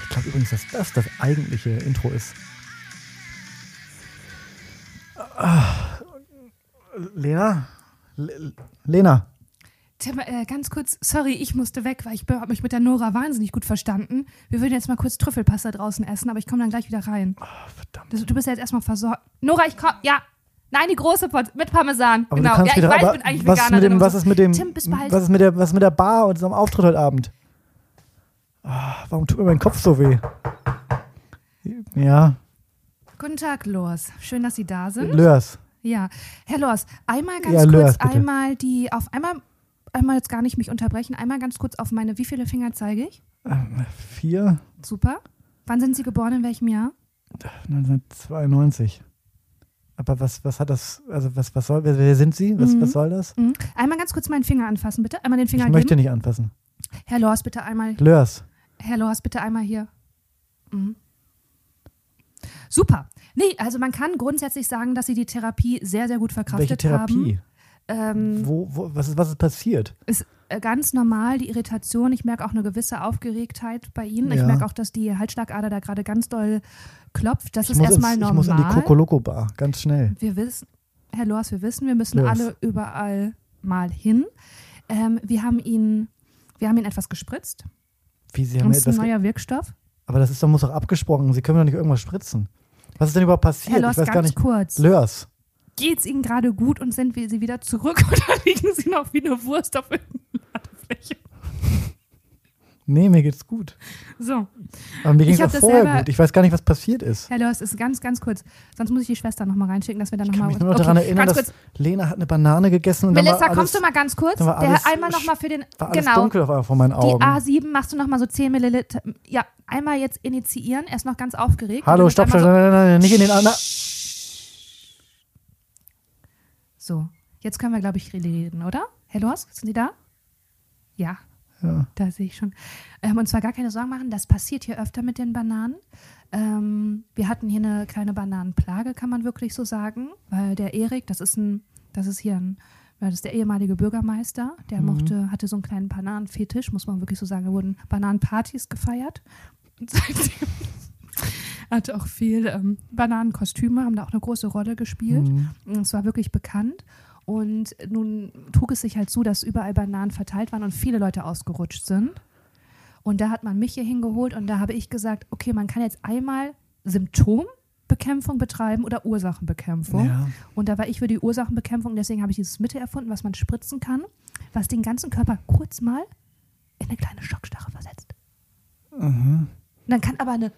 Speaker 1: Ich glaube übrigens, dass das das eigentliche Intro ist. Ah. Lena? Le- Lena?
Speaker 2: Tim, äh, ganz kurz, sorry, ich musste weg, weil ich habe mich mit der Nora wahnsinnig gut verstanden. Wir würden jetzt mal kurz Trüffelpasta draußen essen, aber ich komme dann gleich wieder rein.
Speaker 1: Ah, Verdammt.
Speaker 2: Das, du bist ja jetzt erstmal versorgt. Nora, ich komm. Ja. Nein, die große Pot mit Parmesan.
Speaker 1: Aber
Speaker 2: genau.
Speaker 1: du kannst
Speaker 2: ja, ich
Speaker 1: wieder,
Speaker 2: weiß, ich
Speaker 1: aber
Speaker 2: bin eigentlich
Speaker 1: was ist mit
Speaker 2: Veganerin.
Speaker 1: dem,
Speaker 2: und
Speaker 1: was
Speaker 2: so.
Speaker 1: ist mit dem,
Speaker 2: Tim, halt bis bald.
Speaker 1: was ist mit der, was ist mit der Bar und unserem Auftritt heute Abend? Ah, warum tut mir mein Kopf so weh? Ja,
Speaker 2: Guten Tag, Lors. Schön, dass Sie da sind.
Speaker 1: Lörs.
Speaker 2: ja. Herr Lors, einmal ganz
Speaker 1: Ja,
Speaker 2: kurz,
Speaker 1: Lors, bitte.
Speaker 2: einmal die, auf einmal, einmal jetzt gar nicht mich unterbrechen, einmal ganz kurz auf meine, wie viele Finger zeige ich?
Speaker 1: Vier,
Speaker 2: Super. Wann sind Sie geboren, in welchem Jahr?
Speaker 1: 1992. Aber was, was hat das, also was, was soll, wer, wer sind Sie? Was, was soll das?
Speaker 2: Mhm. Einmal ganz kurz meinen Finger anfassen, bitte. Einmal den
Speaker 1: Ich
Speaker 2: Finger
Speaker 1: möchte
Speaker 2: geben.
Speaker 1: nicht anfassen.
Speaker 2: Herr Lors, bitte einmal.
Speaker 1: Lörs.
Speaker 2: Herr Lors, bitte einmal hier. Mhm. Super. Nee, also man kann grundsätzlich sagen, dass sie die Therapie sehr, sehr gut verkraftet
Speaker 1: Welche Therapie?
Speaker 2: haben. Ähm,
Speaker 1: Wo, wo, was, ist, was ist passiert?
Speaker 2: ist äh, ganz normal die Irritation. Ich merke auch eine gewisse Aufgeregtheit bei ihnen. Ich
Speaker 1: Ja.
Speaker 2: merke auch, dass die Halsschlagader da gerade ganz doll klopft. Das
Speaker 1: Ich
Speaker 2: ist
Speaker 1: muss,
Speaker 2: erstmal
Speaker 1: ins, ich
Speaker 2: normal.
Speaker 1: muss in die Kokoloko-Bar, ganz schnell.
Speaker 2: wir wissen, Herr Loas, wir wissen, wir müssen
Speaker 1: Los.
Speaker 2: alle überall mal hin. Ähm, wir haben ihn, wir haben ihn etwas gespritzt.
Speaker 1: Wie, Sie haben
Speaker 2: Das
Speaker 1: ja
Speaker 2: ist ein
Speaker 1: etwas ge-
Speaker 2: neuer Wirkstoff.
Speaker 1: aber das ist doch, muss doch abgesprochen. Sie können doch nicht irgendwas spritzen. Was ist denn überhaupt passiert?
Speaker 2: Herr Loas,
Speaker 1: ich weiß
Speaker 2: ganz
Speaker 1: gar nicht.
Speaker 2: kurz.
Speaker 1: Lörs.
Speaker 2: Geht's Ihnen gerade gut und sind wir sie wieder zurück oder liegen Sie noch wie eine Wurst auf irgendeiner Ladefläche?
Speaker 1: Nee, mir geht's gut.
Speaker 2: So,
Speaker 1: Aber mir
Speaker 2: Ich
Speaker 1: ging's
Speaker 2: hab
Speaker 1: auch
Speaker 2: das
Speaker 1: vorher
Speaker 2: selber-
Speaker 1: gut. Ich weiß gar nicht, was passiert ist.
Speaker 2: Herr Loas, ist ganz, ganz kurz. Sonst muss ich die Schwester nochmal reinschicken, dass wir dann
Speaker 1: Ich kann
Speaker 2: nochmal.
Speaker 1: mich nur noch daran erinnern,
Speaker 2: ganz
Speaker 1: dass
Speaker 2: kurz,
Speaker 1: Lena hat eine Banane gegessen und
Speaker 2: Melissa,
Speaker 1: dann war alles,
Speaker 2: kommst du mal ganz kurz?
Speaker 1: dann war
Speaker 2: Der,
Speaker 1: alles
Speaker 2: einmal
Speaker 1: sch-
Speaker 2: nochmal für den.
Speaker 1: war alles
Speaker 2: Genau.
Speaker 1: dunkel auf einmal vor meinen
Speaker 2: Die
Speaker 1: Augen.
Speaker 2: A7 machst du nochmal so 10 Milliliter. Ja, einmal jetzt initiieren. Er ist noch ganz aufgeregt. Und
Speaker 1: Hallo,
Speaker 2: dann
Speaker 1: stopp,
Speaker 2: einmal
Speaker 1: stopp, nein, nein, nein, nicht in den anderen.
Speaker 2: So, so. jetzt können wir, glaube ich, reden, oder? Herr Loas, sind Sie da? Ja.
Speaker 1: Ja.
Speaker 2: Da sehe ich schon. Ähm, und zwar gar keine Sorgen machen, das passiert hier öfter mit den Bananen. Ähm, wir hatten hier eine kleine Bananenplage, kann man wirklich so sagen, weil der Erik, das ist ein, das ist hier ein, ja, das ist der ehemalige Bürgermeister, der mochte, hatte so einen kleinen Bananenfetisch, muss man wirklich so sagen. Da wurden Bananenpartys gefeiert. Und seitdem hatte auch viel ähm, Bananenkostüme, haben da auch eine große Rolle gespielt. Und Es war wirklich bekannt. Und nun trug es sich halt so, dass überall Bananen verteilt waren und viele Leute ausgerutscht sind. Und da hat man mich hier hingeholt und da habe ich gesagt, okay, man kann jetzt einmal Symptombekämpfung betreiben oder Ursachenbekämpfung.
Speaker 1: Ja.
Speaker 2: Und da war ich für die Ursachenbekämpfung, deswegen habe ich dieses Mittel erfunden, was man spritzen kann, was den ganzen Körper kurz mal in eine kleine Schockstarre versetzt. Und dann kann aber eine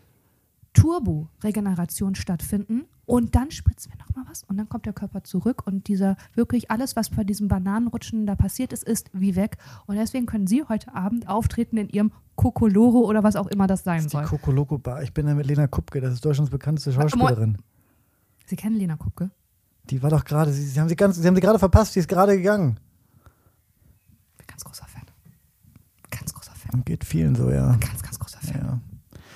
Speaker 2: Turbo-Regeneration stattfinden und dann spritzen wir nochmal was und dann kommt der Körper zurück und dieser wirklich alles, was bei diesem Bananenrutschen da passiert ist, ist wie weg. Und deswegen können Sie heute Abend auftreten in Ihrem Kokoloro oder was auch immer das sein
Speaker 1: Die
Speaker 2: soll.
Speaker 1: Kokoloko-Bar. Ich bin da mit Lena Kupke, das ist Deutschlands bekannteste Schauspielerin.
Speaker 2: Sie kennen Lena Kupke?
Speaker 1: Die war doch gerade, sie, sie haben sie ganz, sie haben sie gerade verpasst, sie ist gerade gegangen.
Speaker 2: Ganz großer Fan. Ganz großer Fan.
Speaker 1: Und geht vielen so, ja.
Speaker 2: Ganz, ganz großer Fan.
Speaker 1: ja.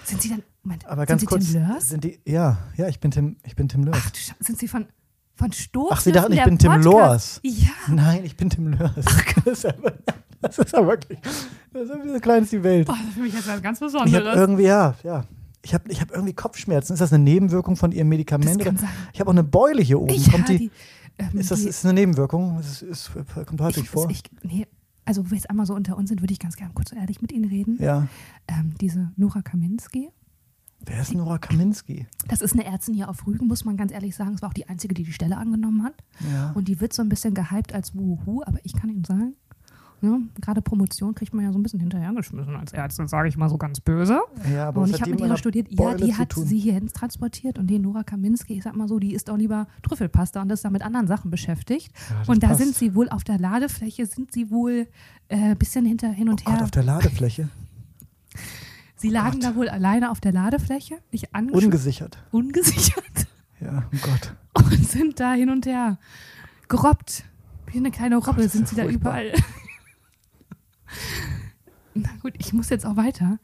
Speaker 2: Sind Sie denn, Moment,
Speaker 1: Aber ganz
Speaker 2: sind Sie
Speaker 1: kurz,
Speaker 2: Tim Lörs?
Speaker 1: sind die, ja, ja, ich bin Tim, ich bin Tim Lörs.
Speaker 2: Ach, du Scha- sind Sie von, von Stoß?
Speaker 1: Ach, Sie dachten, ich bin Tim Loas.
Speaker 2: Ja.
Speaker 1: Nein, ich bin Tim Lörs. Das ist aber, das ist aber wirklich, das ist aber so klein ist die Welt.
Speaker 2: Boah, das ist für mich jetzt was ganz
Speaker 1: Ich habe
Speaker 2: Besonderes.
Speaker 1: irgendwie, ja, ja. Ich habe ich hab irgendwie Kopfschmerzen. Ist das eine Nebenwirkung von Ihrem Medikament?
Speaker 2: Das kann
Speaker 1: oder?
Speaker 2: sein.
Speaker 1: Ich habe auch eine Beule hier oben.
Speaker 2: Ich
Speaker 1: kommt
Speaker 2: höre
Speaker 1: die,
Speaker 2: die, ähm,
Speaker 1: ist das
Speaker 2: die-
Speaker 1: ist eine Nebenwirkung? Ist, ist, kommt häufig
Speaker 2: ich,
Speaker 1: vor?
Speaker 2: Ich, nee, also wo wir jetzt einmal so unter uns sind, würde ich ganz gerne kurz und ehrlich mit Ihnen reden.
Speaker 1: ja.
Speaker 2: Ähm, diese Nora Kaminski,
Speaker 1: Wer ist Nora Kaminski?
Speaker 2: das ist eine Ärztin hier auf Rügen, muss man ganz ehrlich sagen. Es war auch die einzige, die die Stelle angenommen hat.
Speaker 1: Ja.
Speaker 2: Und die wird so ein bisschen gehypt als Wuhu, aber ich kann Ihnen sagen, ne, gerade Promotion kriegt man ja so ein bisschen hinterhergeschmissen als Ärztin, sage ich mal so ganz böse.
Speaker 1: Ja, aber was
Speaker 2: und ich
Speaker 1: hat
Speaker 2: habe
Speaker 1: die
Speaker 2: mit
Speaker 1: mit
Speaker 2: ihrer
Speaker 1: einer
Speaker 2: studiert.
Speaker 1: Beule
Speaker 2: ja, die
Speaker 1: zu
Speaker 2: hat
Speaker 1: tun?
Speaker 2: sie hierhin transportiert. Und die Nora Kaminski, ich sag mal so, die ist auch lieber Trüffelpasta und ist da mit anderen Sachen beschäftigt.
Speaker 1: Ja, das
Speaker 2: und da
Speaker 1: passt.
Speaker 2: sind sie wohl auf der Ladefläche, sind sie wohl ein äh, bisschen hinter hin und
Speaker 1: Oh Gott,
Speaker 2: her.
Speaker 1: auf der Ladefläche.
Speaker 2: Sie lagen da wohl alleine auf der Ladefläche, nicht angeschlossen,
Speaker 1: Ungesichert.
Speaker 2: ungesichert
Speaker 1: Ja, oh Gott.
Speaker 2: und sind da hin und her gerobbt. Wie eine kleine Robbe
Speaker 1: das ist
Speaker 2: sind
Speaker 1: ja
Speaker 2: sie da
Speaker 1: furchtbar.
Speaker 2: überall. Na gut, ich muss jetzt auch weiter.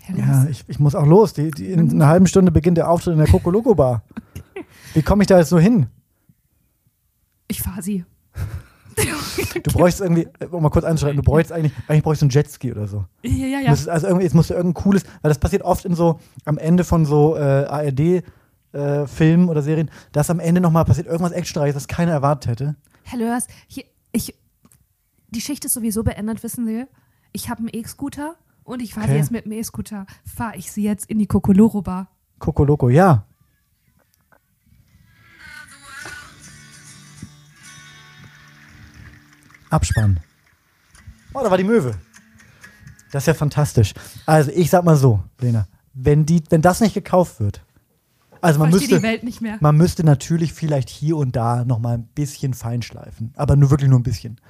Speaker 2: Herr Lars,
Speaker 1: Ja, ich, ich muss auch los. Die, die, in einer halben Stunde beginnt der Auftritt in der Kokoloko Bar. Wie komme ich da jetzt so hin?
Speaker 2: ich fahre sie.
Speaker 1: Du bräuchst irgendwie, äh, um mal kurz einzuschreiten, du bräuchst eigentlich, eigentlich bräuchst du einen Jetski oder so.
Speaker 2: Ja,
Speaker 1: Ja.
Speaker 2: ja, ja.
Speaker 1: Also irgendwie, jetzt musst du irgendein cooles, weil das passiert oft in so, am Ende von so äh, ARD. äh, Filmen oder Serien, dass am Ende nochmal passiert irgendwas extrareiches, das keiner erwartet hätte.
Speaker 2: Herr Lörs, hier, ich, die Schicht ist sowieso beendet, wissen Sie. Ich habe einen E-Scooter und ich fahre
Speaker 1: Okay.
Speaker 2: jetzt mit dem E-Scooter, fahre ich Sie jetzt in die Kokoloro-Bar.
Speaker 1: Kokoloko, ja. Abspann. Oh, da war die Möwe. Das ist ja fantastisch. Also, ich sag mal so, Lena, wenn, die, wenn das nicht gekauft wird, also man
Speaker 2: Verstehe die
Speaker 1: müsste,
Speaker 2: Welt nicht mehr.
Speaker 1: man müsste natürlich vielleicht hier und da nochmal ein bisschen feinschleifen, aber nur wirklich nur ein bisschen.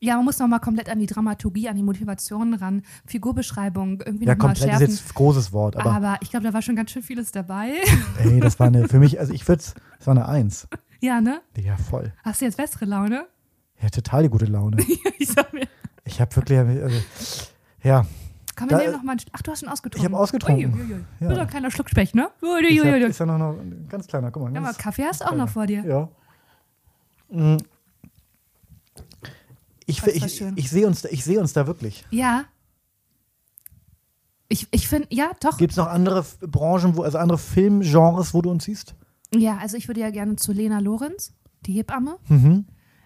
Speaker 2: Ja, man muss nochmal komplett an die Dramaturgie, an die Motivation ran, Figurbeschreibung irgendwie
Speaker 1: Ja,
Speaker 2: nochmal
Speaker 1: komplett ist
Speaker 2: schärfen.
Speaker 1: jetzt ein großes Wort,
Speaker 2: aber,
Speaker 1: aber
Speaker 2: ich glaube, da war schon ganz schön vieles dabei.
Speaker 1: ey, das war eine, für mich, also ich würde es, das war eine Eins.
Speaker 2: ja, ne?
Speaker 1: Ja, voll.
Speaker 2: Hast du jetzt bessere Laune?
Speaker 1: Ja, total die gute Laune.
Speaker 2: ich sag mir.
Speaker 1: Ich habe wirklich. Also, ja,
Speaker 2: Komm, wir
Speaker 1: Da-
Speaker 2: nehmen nochmal einen. Sch- Ach, du hast schon ausgetrunken.
Speaker 1: Ich hab ausgetrunken.
Speaker 2: Ui, ui, ui.
Speaker 1: Ja.
Speaker 2: Du bist doch ein kleiner Schluckspecht, ne? Ui, ui,
Speaker 1: Ist ja,
Speaker 2: ui, ui.
Speaker 1: ist ja noch, noch ein ganz kleiner, guck mal.
Speaker 2: Ja, aber
Speaker 1: Ganz,
Speaker 2: Kaffee hast du auch noch vor dir.
Speaker 1: ja. Mm. Ich,
Speaker 2: Das war
Speaker 1: ich,
Speaker 2: schön.
Speaker 1: ich sehe uns, da- ich seh uns da wirklich.
Speaker 2: Ja. Ich, ich finde, ja, doch.
Speaker 1: Gibt es noch andere F- Branchen, wo, also andere Filmgenres, wo du uns siehst?
Speaker 2: Ja, also ich würde ja gerne zu Lena Lorenz, die Hebamme.
Speaker 1: Mhm.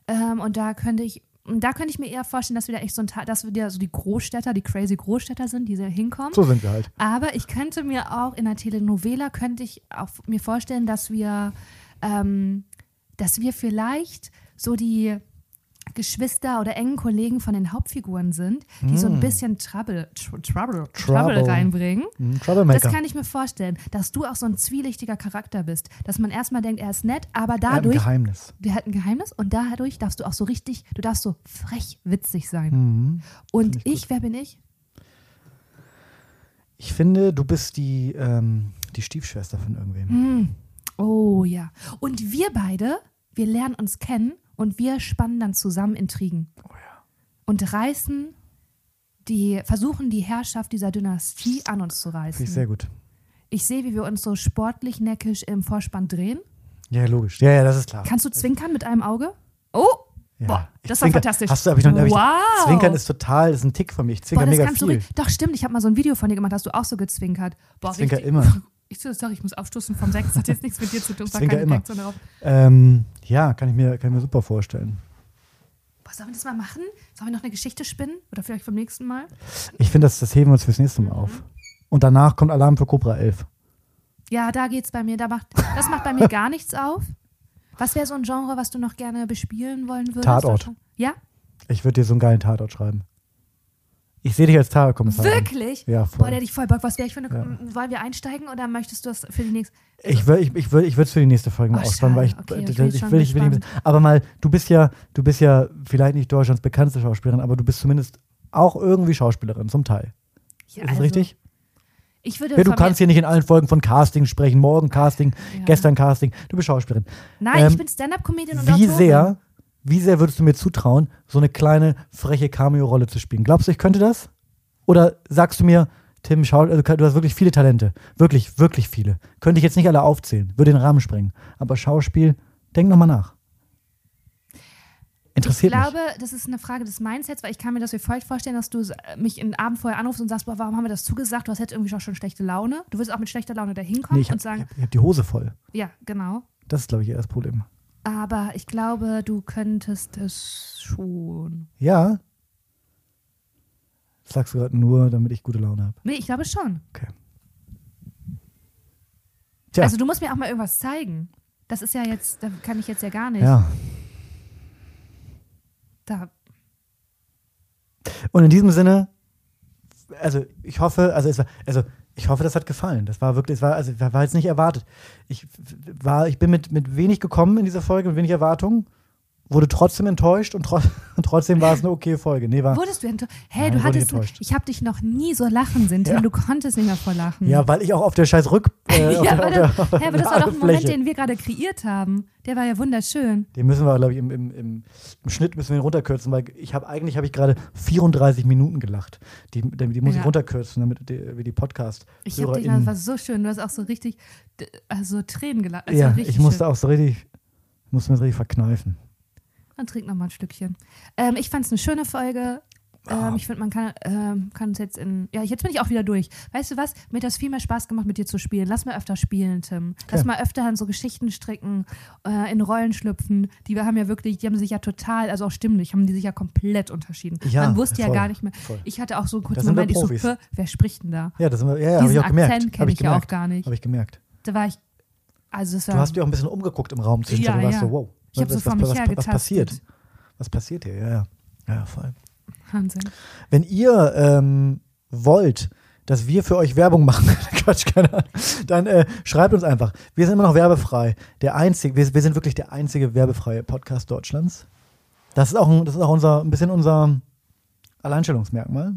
Speaker 2: Ähm, und da könnte ich, da könnte ich mir eher vorstellen, dass wir da echt so ein Ta- dass wir da so die Großstädter, die crazy Großstädter sind, die da hinkommen.
Speaker 1: So sind wir halt.
Speaker 2: Aber ich könnte mir auch in einer Telenovela könnte ich auch mir vorstellen, dass wir, ähm, dass wir vielleicht so die Geschwister oder engen Kollegen von den Hauptfiguren sind, die so ein bisschen Trouble, tr Trouble, Trouble
Speaker 1: Mhm. Trouble.
Speaker 2: reinbringen.
Speaker 1: Mhm.
Speaker 2: Das
Speaker 1: Troublemaker.
Speaker 2: kann ich mir vorstellen, dass du auch so ein zwielichtiger Charakter bist. Dass man erstmal denkt, er ist nett, aber
Speaker 1: Er hat ein
Speaker 2: dadurch.
Speaker 1: Geheimnis.
Speaker 2: Der hat ein Geheimnis und dadurch darfst du auch so richtig, du darfst so frech witzig sein.
Speaker 1: Mhm.
Speaker 2: Und ich, wer bin ich?
Speaker 1: Ich finde, du bist die, ähm, die Stiefschwester von irgendwem.
Speaker 2: Mhm. Oh ja. Und wir beide, wir lernen uns kennen und wir spannen dann zusammen Intrigen.
Speaker 1: Oh
Speaker 2: Und reißen die, versuchen die Herrschaft dieser Dynastie an uns zu
Speaker 1: Finde ich
Speaker 2: reißen.
Speaker 1: sehr gut.
Speaker 2: Ich sehe, wie wir uns so sportlich neckisch im Vorspann drehen.
Speaker 1: Ja, logisch. Ja, ja, das ist klar.
Speaker 2: Kannst du zwinkern mit einem Auge? Oh!
Speaker 1: ja.
Speaker 2: Boah,
Speaker 1: Ich
Speaker 2: das war
Speaker 1: zwinker-
Speaker 2: fantastisch.
Speaker 1: Hast du, hab ich noch, hab ich,
Speaker 2: wow!
Speaker 1: Zwinkern ist total, ist ein Tick von mir. Ich zwinker
Speaker 2: Boah, das
Speaker 1: mega
Speaker 2: kannst du
Speaker 1: viel.
Speaker 2: ri- Doch, stimmt, ich habe mal so ein Video von dir gemacht, hast du auch so gezwinkert. Boah,
Speaker 1: Ich zwinker
Speaker 2: richtig-
Speaker 1: immer.
Speaker 2: Ich, sorry, ich muss aufstoßen vom Sex, das hat jetzt nichts mit dir zu tun. war
Speaker 1: zwinker
Speaker 2: keine
Speaker 1: immer.
Speaker 2: Reaktion Darauf.
Speaker 1: Ähm, ja, kann ich, mir, kann ich mir super vorstellen.
Speaker 2: Boah, sollen wir das mal machen? Sollen wir noch eine Geschichte spinnen? Oder vielleicht vom nächsten Mal?
Speaker 1: Ich finde, das, das heben wir uns fürs nächste Mal
Speaker 2: Mhm.
Speaker 1: auf. Und danach kommt Alarm für Cobra 11.
Speaker 2: Ja, da geht's bei mir. Da macht, das macht bei mir gar nichts auf. Was wäre so ein Genre, was du noch gerne bespielen wollen würdest?
Speaker 1: Tatort.
Speaker 2: Ja?
Speaker 1: Ich würde dir so einen geilen Tatort schreiben. Ich sehe dich als Tatortkommissar. an.
Speaker 2: Wirklich?
Speaker 1: Ja, voll.
Speaker 2: Boah, der dich voll Bock. Was wäre ich für eine. Wollen wir einsteigen oder möchtest du das für die nächste.
Speaker 1: Ich würde ich, ich würd, ich würd's für die nächste Folge mal
Speaker 2: Oh,
Speaker 1: aussparen, weil ich,
Speaker 2: schade. Okay,
Speaker 1: ich,
Speaker 2: ich
Speaker 1: ich,
Speaker 2: bin
Speaker 1: will, ich
Speaker 2: schon
Speaker 1: will nicht.
Speaker 2: gespannt.
Speaker 1: Aber mal, du bist ja, du bist ja vielleicht nicht Deutschlands bekannteste Schauspielerin, aber du bist zumindest auch irgendwie Schauspielerin, zum Teil.
Speaker 2: Ja,
Speaker 1: Ist das
Speaker 2: also,
Speaker 1: richtig?
Speaker 2: Ich würde
Speaker 1: Ja, du
Speaker 2: von
Speaker 1: kannst hier
Speaker 2: mir,
Speaker 1: nicht in allen Folgen von Casting sprechen, morgen Casting,
Speaker 2: Ja.
Speaker 1: gestern Casting. Du bist Schauspielerin.
Speaker 2: Nein,
Speaker 1: ähm,
Speaker 2: ich bin Stand-Up-Comedian und
Speaker 1: Wie
Speaker 2: Autorin.
Speaker 1: sehr, wie sehr würdest du mir zutrauen, so eine kleine, freche Cameo-Rolle zu spielen? Glaubst du, ich könnte das? Oder sagst du mir, Tim, schau, also, du hast wirklich viele Talente. Wirklich, wirklich viele. Könnte ich jetzt nicht alle aufzählen, würde den Rahmen sprengen. Aber Schauspiel, denk nochmal nach.
Speaker 2: Ich
Speaker 1: Interessiert
Speaker 2: glaube, das ist eine Frage des Mindsets, weil ich kann mir das wie folgt vorstellen, dass du s- äh, mich einen Abend vorher anrufst und sagst, boah, warum haben wir das zugesagt? Du hast jetzt irgendwie doch schon schlechte Laune. Du willst auch mit schlechter Laune da
Speaker 1: mich. Nee,
Speaker 2: hinkommen
Speaker 1: ich habe
Speaker 2: und sagen,
Speaker 1: hab, ich hab die Hose voll.
Speaker 2: ja, genau.
Speaker 1: Das ist, glaube ich, eher das Problem.
Speaker 2: Aber ich glaube, du könntest es schon.
Speaker 1: Ja. Das sagst du gerade nur, damit ich gute Laune habe.
Speaker 2: Nee, ich glaube schon.
Speaker 1: Okay. Tja.
Speaker 2: Also du musst mir auch mal irgendwas zeigen. Das ist ja jetzt, da kann ich jetzt ja gar nicht.
Speaker 1: ja.
Speaker 2: Da,
Speaker 1: Und in diesem Sinne, also ich hoffe, also es war, also ich hoffe, das hat gefallen. Das war wirklich, es war, also war jetzt nicht erwartet. Ich war, ich bin mit, mit wenig gekommen in dieser Folge, mit wenig Erwartungen, wurde trotzdem enttäuscht und, tro und trotzdem war es eine okay Folge. Nee, war,
Speaker 2: wurdest du enttäuscht?
Speaker 1: Ah. Nein,
Speaker 2: Hey, du
Speaker 1: ich wurde
Speaker 2: hattest,
Speaker 1: enttäuscht.
Speaker 2: ich habe dich noch nie so lachen sehen, Tim.
Speaker 1: Ja.
Speaker 2: Du konntest nicht mehr vor Lachen.
Speaker 1: ja, weil ich auch auf der scheiß Rück... Äh, auf
Speaker 2: ja,
Speaker 1: der,
Speaker 2: aber,
Speaker 1: auf
Speaker 2: das,
Speaker 1: der,
Speaker 2: hä, aber das war doch ein Moment,
Speaker 1: Fläche.
Speaker 2: den wir gerade kreiert haben. Der war ja wunderschön.
Speaker 1: Den müssen wir, glaube ich, im, im, im, im Schnitt müssen wir ihn runterkürzen, weil ich habe eigentlich habe ich gerade 34 Minuten gelacht. Die, die, die muss
Speaker 2: Ja.
Speaker 1: ich runterkürzen, damit die, wir die Podcast.
Speaker 2: Ich hab dich, das war so schön. Du hast auch so richtig, d- also Tränen gelassen. Das
Speaker 1: Ja,
Speaker 2: war richtig
Speaker 1: ich musste
Speaker 2: schön.
Speaker 1: auch so richtig, musste mir das richtig verkneifen.
Speaker 2: Dann trink noch mal ein Stückchen. Ähm, ich fand es eine schöne Folge.
Speaker 1: Ah.
Speaker 2: Ähm, ich finde, man kann ähm, kann es jetzt in. Ja, jetzt bin ich auch wieder durch. Weißt du was? Mir hat das viel mehr Spaß gemacht, mit dir zu spielen. Lass mal öfter spielen, Tim. Lass
Speaker 1: Okay.
Speaker 2: mal öfter an so Geschichten stricken, äh, in Rollen schlüpfen. Die wir haben ja wirklich, die haben sich ja total, also auch stimmlich, haben die sich ja komplett unterschieden.
Speaker 1: Ja,
Speaker 2: man wusste
Speaker 1: voll,
Speaker 2: ja gar nicht mehr.
Speaker 1: voll.
Speaker 2: Ich hatte auch so einen
Speaker 1: Das
Speaker 2: kurzen
Speaker 1: sind wir
Speaker 2: Moment, ich so,
Speaker 1: Profis.
Speaker 2: "Hä, wer spricht denn da?
Speaker 1: Ja, das haben wir, ja, ja, habe
Speaker 2: Diesen
Speaker 1: ich auch gemerkt.
Speaker 2: Akzent
Speaker 1: Hab
Speaker 2: kenne ich, ja
Speaker 1: gemerkt.
Speaker 2: auch gar nicht.
Speaker 1: Habe ich gemerkt.
Speaker 2: Da war ich. Also das war,
Speaker 1: Du hast dir auch ein bisschen umgeguckt im Raum zwischendurch.
Speaker 2: Ja,
Speaker 1: du warst
Speaker 2: ja.
Speaker 1: so, wow.
Speaker 2: Ich hab
Speaker 1: was,
Speaker 2: so vor
Speaker 1: was,
Speaker 2: mich
Speaker 1: was, was
Speaker 2: hergetastet.
Speaker 1: passiert? Was passiert hier? Ja, ja. Ja, ja, voll.
Speaker 2: Wahnsinn.
Speaker 1: Wenn ihr ähm, wollt, dass wir für euch Werbung machen, Quatsch, keine Ahnung, dann äh, schreibt uns einfach. Wir sind immer noch werbefrei. Der einzige, wir, wir sind wirklich der einzige werbefreie Podcast Deutschlands. Das ist auch, ein- das ist auch unser, ein bisschen unser Alleinstellungsmerkmal.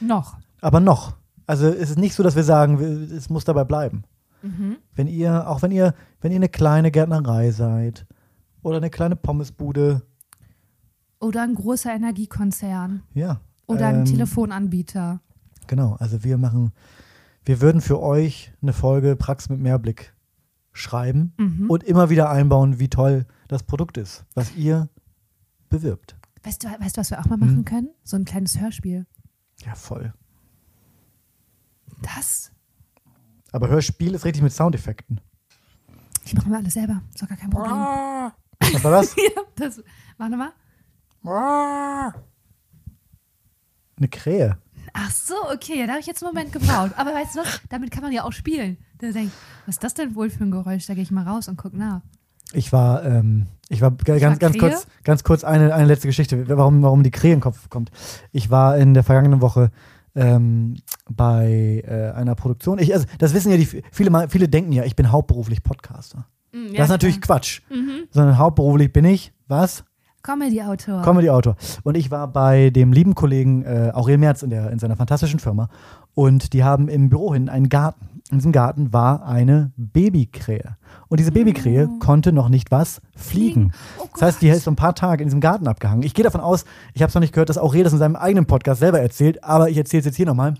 Speaker 2: Noch.
Speaker 1: Aber noch. Also es ist nicht so, dass wir sagen, wir- es muss dabei bleiben.
Speaker 2: Mhm.
Speaker 1: Wenn ihr, auch wenn ihr, wenn ihr eine kleine Gärtnerei seid oder eine kleine Pommesbude,
Speaker 2: Oder ein großer Energiekonzern.
Speaker 1: ja.
Speaker 2: Oder ein
Speaker 1: ähm,
Speaker 2: Telefonanbieter.
Speaker 1: Genau, also wir machen, wir würden für euch eine Folge Praxis mit Mehrblick schreiben
Speaker 2: Mhm.
Speaker 1: und immer wieder einbauen, wie toll das Produkt ist, was ihr bewirbt.
Speaker 2: Weißt du, weißt du, was wir auch mal machen
Speaker 1: Hm.
Speaker 2: können? So ein kleines Hörspiel.
Speaker 1: Ja, voll.
Speaker 2: Das?
Speaker 1: Aber Hörspiel ist richtig mit Soundeffekten.
Speaker 2: Ich mache mir alles selber. Ist doch gar kein Problem.
Speaker 1: Ah. Was war das?
Speaker 2: ja, das, warte mal.
Speaker 1: Eine Krähe.
Speaker 2: Ach so, okay, ja, da habe ich jetzt einen Moment gebraucht. Aber weißt du was? Damit kann man ja auch spielen. Da denke ich, was ist das denn wohl für ein Geräusch? Da gehe ich mal raus und guck nach.
Speaker 1: Ich war, ähm, ich war g- ganz, ganz
Speaker 2: Krähe?
Speaker 1: kurz, ganz kurz eine, eine letzte Geschichte, warum, warum die Krähe in den Kopf kommt. Ich war in der vergangenen Woche ähm, bei äh, einer Produktion. Ich, also, das wissen ja die viele, mal- viele denken ja, ich bin hauptberuflich Podcaster.
Speaker 2: Mm, ja,
Speaker 1: das ist natürlich Quatsch. Sondern hauptberuflich bin ich was?
Speaker 2: klar. Comedy-Autor.
Speaker 1: Comedy-Autor. Und ich war bei dem lieben Kollegen äh, Aurel Merz in, der, in seiner fantastischen Firma. Und die haben im Büro hin einen Garten. In diesem Garten war eine Babykrähe. Und diese Babykrähe konnte noch nicht was fliegen.
Speaker 2: Fliegen. Oh
Speaker 1: das heißt, die ist so ein paar Tage in diesem Garten abgehangen. Ich gehe davon aus, ich habe es noch nicht gehört, dass Aurel das in seinem eigenen Podcast selber erzählt, aber ich erzähle es jetzt hier nochmal.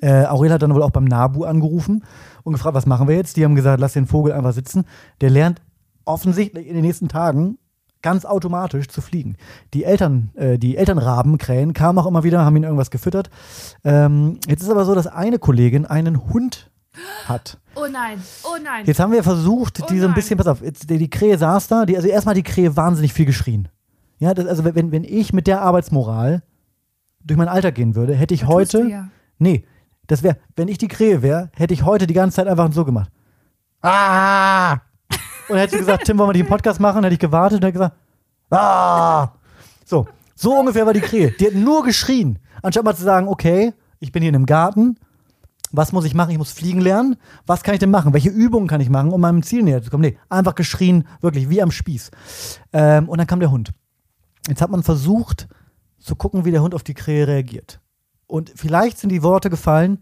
Speaker 1: Äh, Aurel hat dann wohl auch beim NABU angerufen und gefragt, was machen wir jetzt? Die haben gesagt, lass den Vogel einfach sitzen. Der lernt offensichtlich in den nächsten Tagen ganz automatisch zu fliegen. Die Eltern, äh, die Elternrabenkrähen kamen auch immer wieder, haben ihn irgendwas gefüttert. Ähm, jetzt ist aber so, dass eine Kollegin einen Hund hat.
Speaker 2: Oh nein, oh nein.
Speaker 1: Jetzt haben wir versucht,
Speaker 2: Oh
Speaker 1: die so ein
Speaker 2: nein.
Speaker 1: bisschen, pass auf, jetzt, die, die Krähe saß da, die, also erstmal hat die Krähe wahnsinnig viel geschrien. Ja, das, also wenn, wenn ich mit der Arbeitsmoral durch mein Alter gehen würde, hätte ich
Speaker 2: Da tust
Speaker 1: heute,
Speaker 2: du ja.
Speaker 1: nee, das wäre, wenn ich die Krähe wäre, hätte ich heute die ganze Zeit einfach so gemacht. Ah! Und hätte gesagt, Tim, wollen wir nicht einen Podcast machen? Hätte ich gewartet und hätte gesagt, ah! So, so ungefähr war die Krähe. Die hat nur geschrien. Anstatt mal zu sagen, okay, ich bin hier in einem Garten, was muss ich machen? Ich muss fliegen lernen. Was kann ich denn machen? Welche Übungen kann ich machen, um meinem Ziel näher zu kommen? Nee, einfach geschrien, wirklich, wie am Spieß. Ähm, und dann kam der Hund. Jetzt hat man versucht zu gucken, wie der Hund auf die Krähe reagiert. Und vielleicht sind die Worte gefallen,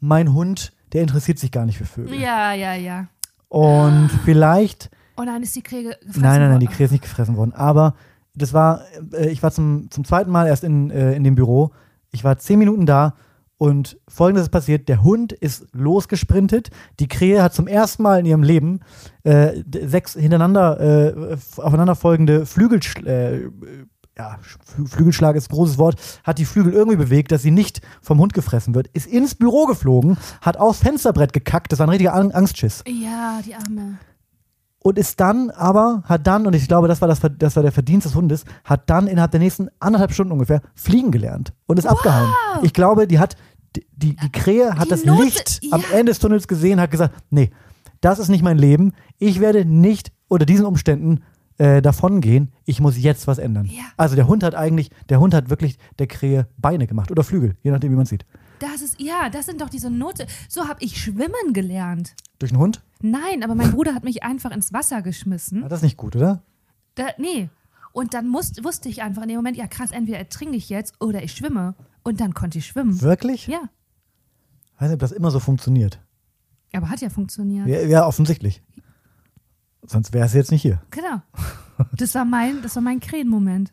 Speaker 1: mein Hund, der interessiert sich gar nicht für Vögel.
Speaker 2: Ja, ja, ja.
Speaker 1: Und vielleicht
Speaker 2: Oh nein, ist die Krähe Ah, gefressen
Speaker 1: Nein, nein, nein, die
Speaker 2: worden?
Speaker 1: Krähe ist nicht gefressen worden. Aber das war, äh, ich war zum, zum zweiten Mal erst in, äh, in dem Büro. Ich war zehn Minuten da und folgendes ist passiert: Der Hund ist losgesprintet. Die Krähe hat zum ersten Mal in ihrem Leben äh, d- sechs hintereinander äh, f- aufeinanderfolgende Flügel. Äh, ja, Flü- Flügelschlag ist ein großes Wort, hat die Flügel irgendwie bewegt, dass sie nicht vom Hund gefressen wird, ist ins Büro geflogen, hat aufs Fensterbrett gekackt, das war ein richtiger An- Angstschiss
Speaker 2: Ja, die Arme.
Speaker 1: und ist dann aber, hat dann, und ich glaube, das war, das, Ver- das war der Verdienst des Hundes, hat dann innerhalb der nächsten anderthalb Stunden ungefähr fliegen gelernt und ist abgehauen. Ich glaube, die hat, die, die, die Krähe hat
Speaker 2: Äh,
Speaker 1: das
Speaker 2: Die Not-
Speaker 1: Licht am
Speaker 2: ja.
Speaker 1: Ende des Tunnels gesehen, hat gesagt, nee, das ist nicht mein Leben, ich werde nicht unter diesen Umständen äh, davon gehen, ich muss jetzt was ändern.
Speaker 2: Ja.
Speaker 1: Also der Hund hat eigentlich, der Hund hat wirklich der Krähe Beine gemacht oder Flügel, je nachdem, wie man sieht.
Speaker 2: Das ist, ja, das sind doch diese Note. So habe ich schwimmen gelernt.
Speaker 1: Durch einen Hund?
Speaker 2: Nein, aber mein Bruder hat mich einfach ins Wasser geschmissen.
Speaker 1: Ja, das ist nicht gut, oder?
Speaker 2: Da, nee. Und dann muss, wusste ich einfach in dem Moment, ja krass, entweder ertrinke ich jetzt oder ich schwimme. Und dann konnte ich schwimmen.
Speaker 1: Wirklich?
Speaker 2: Ja,
Speaker 1: Ich weiß nicht, ob das immer so funktioniert.
Speaker 2: aber hat ja funktioniert.
Speaker 1: Ja, ja offensichtlich. Sonst wäre es jetzt nicht hier.
Speaker 2: Genau. Das war mein, das war mein Krähenmoment.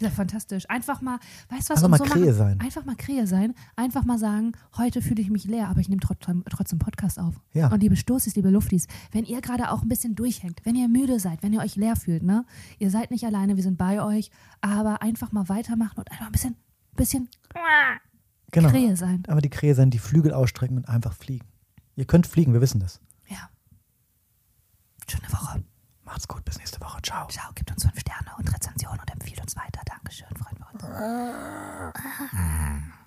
Speaker 2: Ja, fantastisch. Einfach mal, weißt du was?
Speaker 1: Einfach mal
Speaker 2: und so
Speaker 1: Krähe
Speaker 2: machen?
Speaker 1: sein.
Speaker 2: Einfach mal Krähe sein. Einfach mal sagen, heute fühle ich mich leer, aber ich nehme trotzdem, trotzdem Podcast auf.
Speaker 1: Ja.
Speaker 2: Und liebe Stoßis, liebe Luftis, wenn ihr gerade auch ein bisschen durchhängt, wenn ihr müde seid, wenn ihr euch leer fühlt, ne? Ihr seid nicht alleine, wir sind bei euch, aber einfach mal weitermachen und einfach ein bisschen, bisschen
Speaker 1: Genau.
Speaker 2: Krähe sein.
Speaker 1: Aber die Krähe sind die Flügel ausstrecken und einfach fliegen. Ihr könnt fliegen, wir wissen das.
Speaker 2: Ja. Schöne Woche.
Speaker 1: Macht's gut, bis nächste Woche. Ciao.
Speaker 2: Ciao, gebt uns fünf Sterne und Rezension und empfiehlt uns weiter. Dankeschön, freuen wir uns.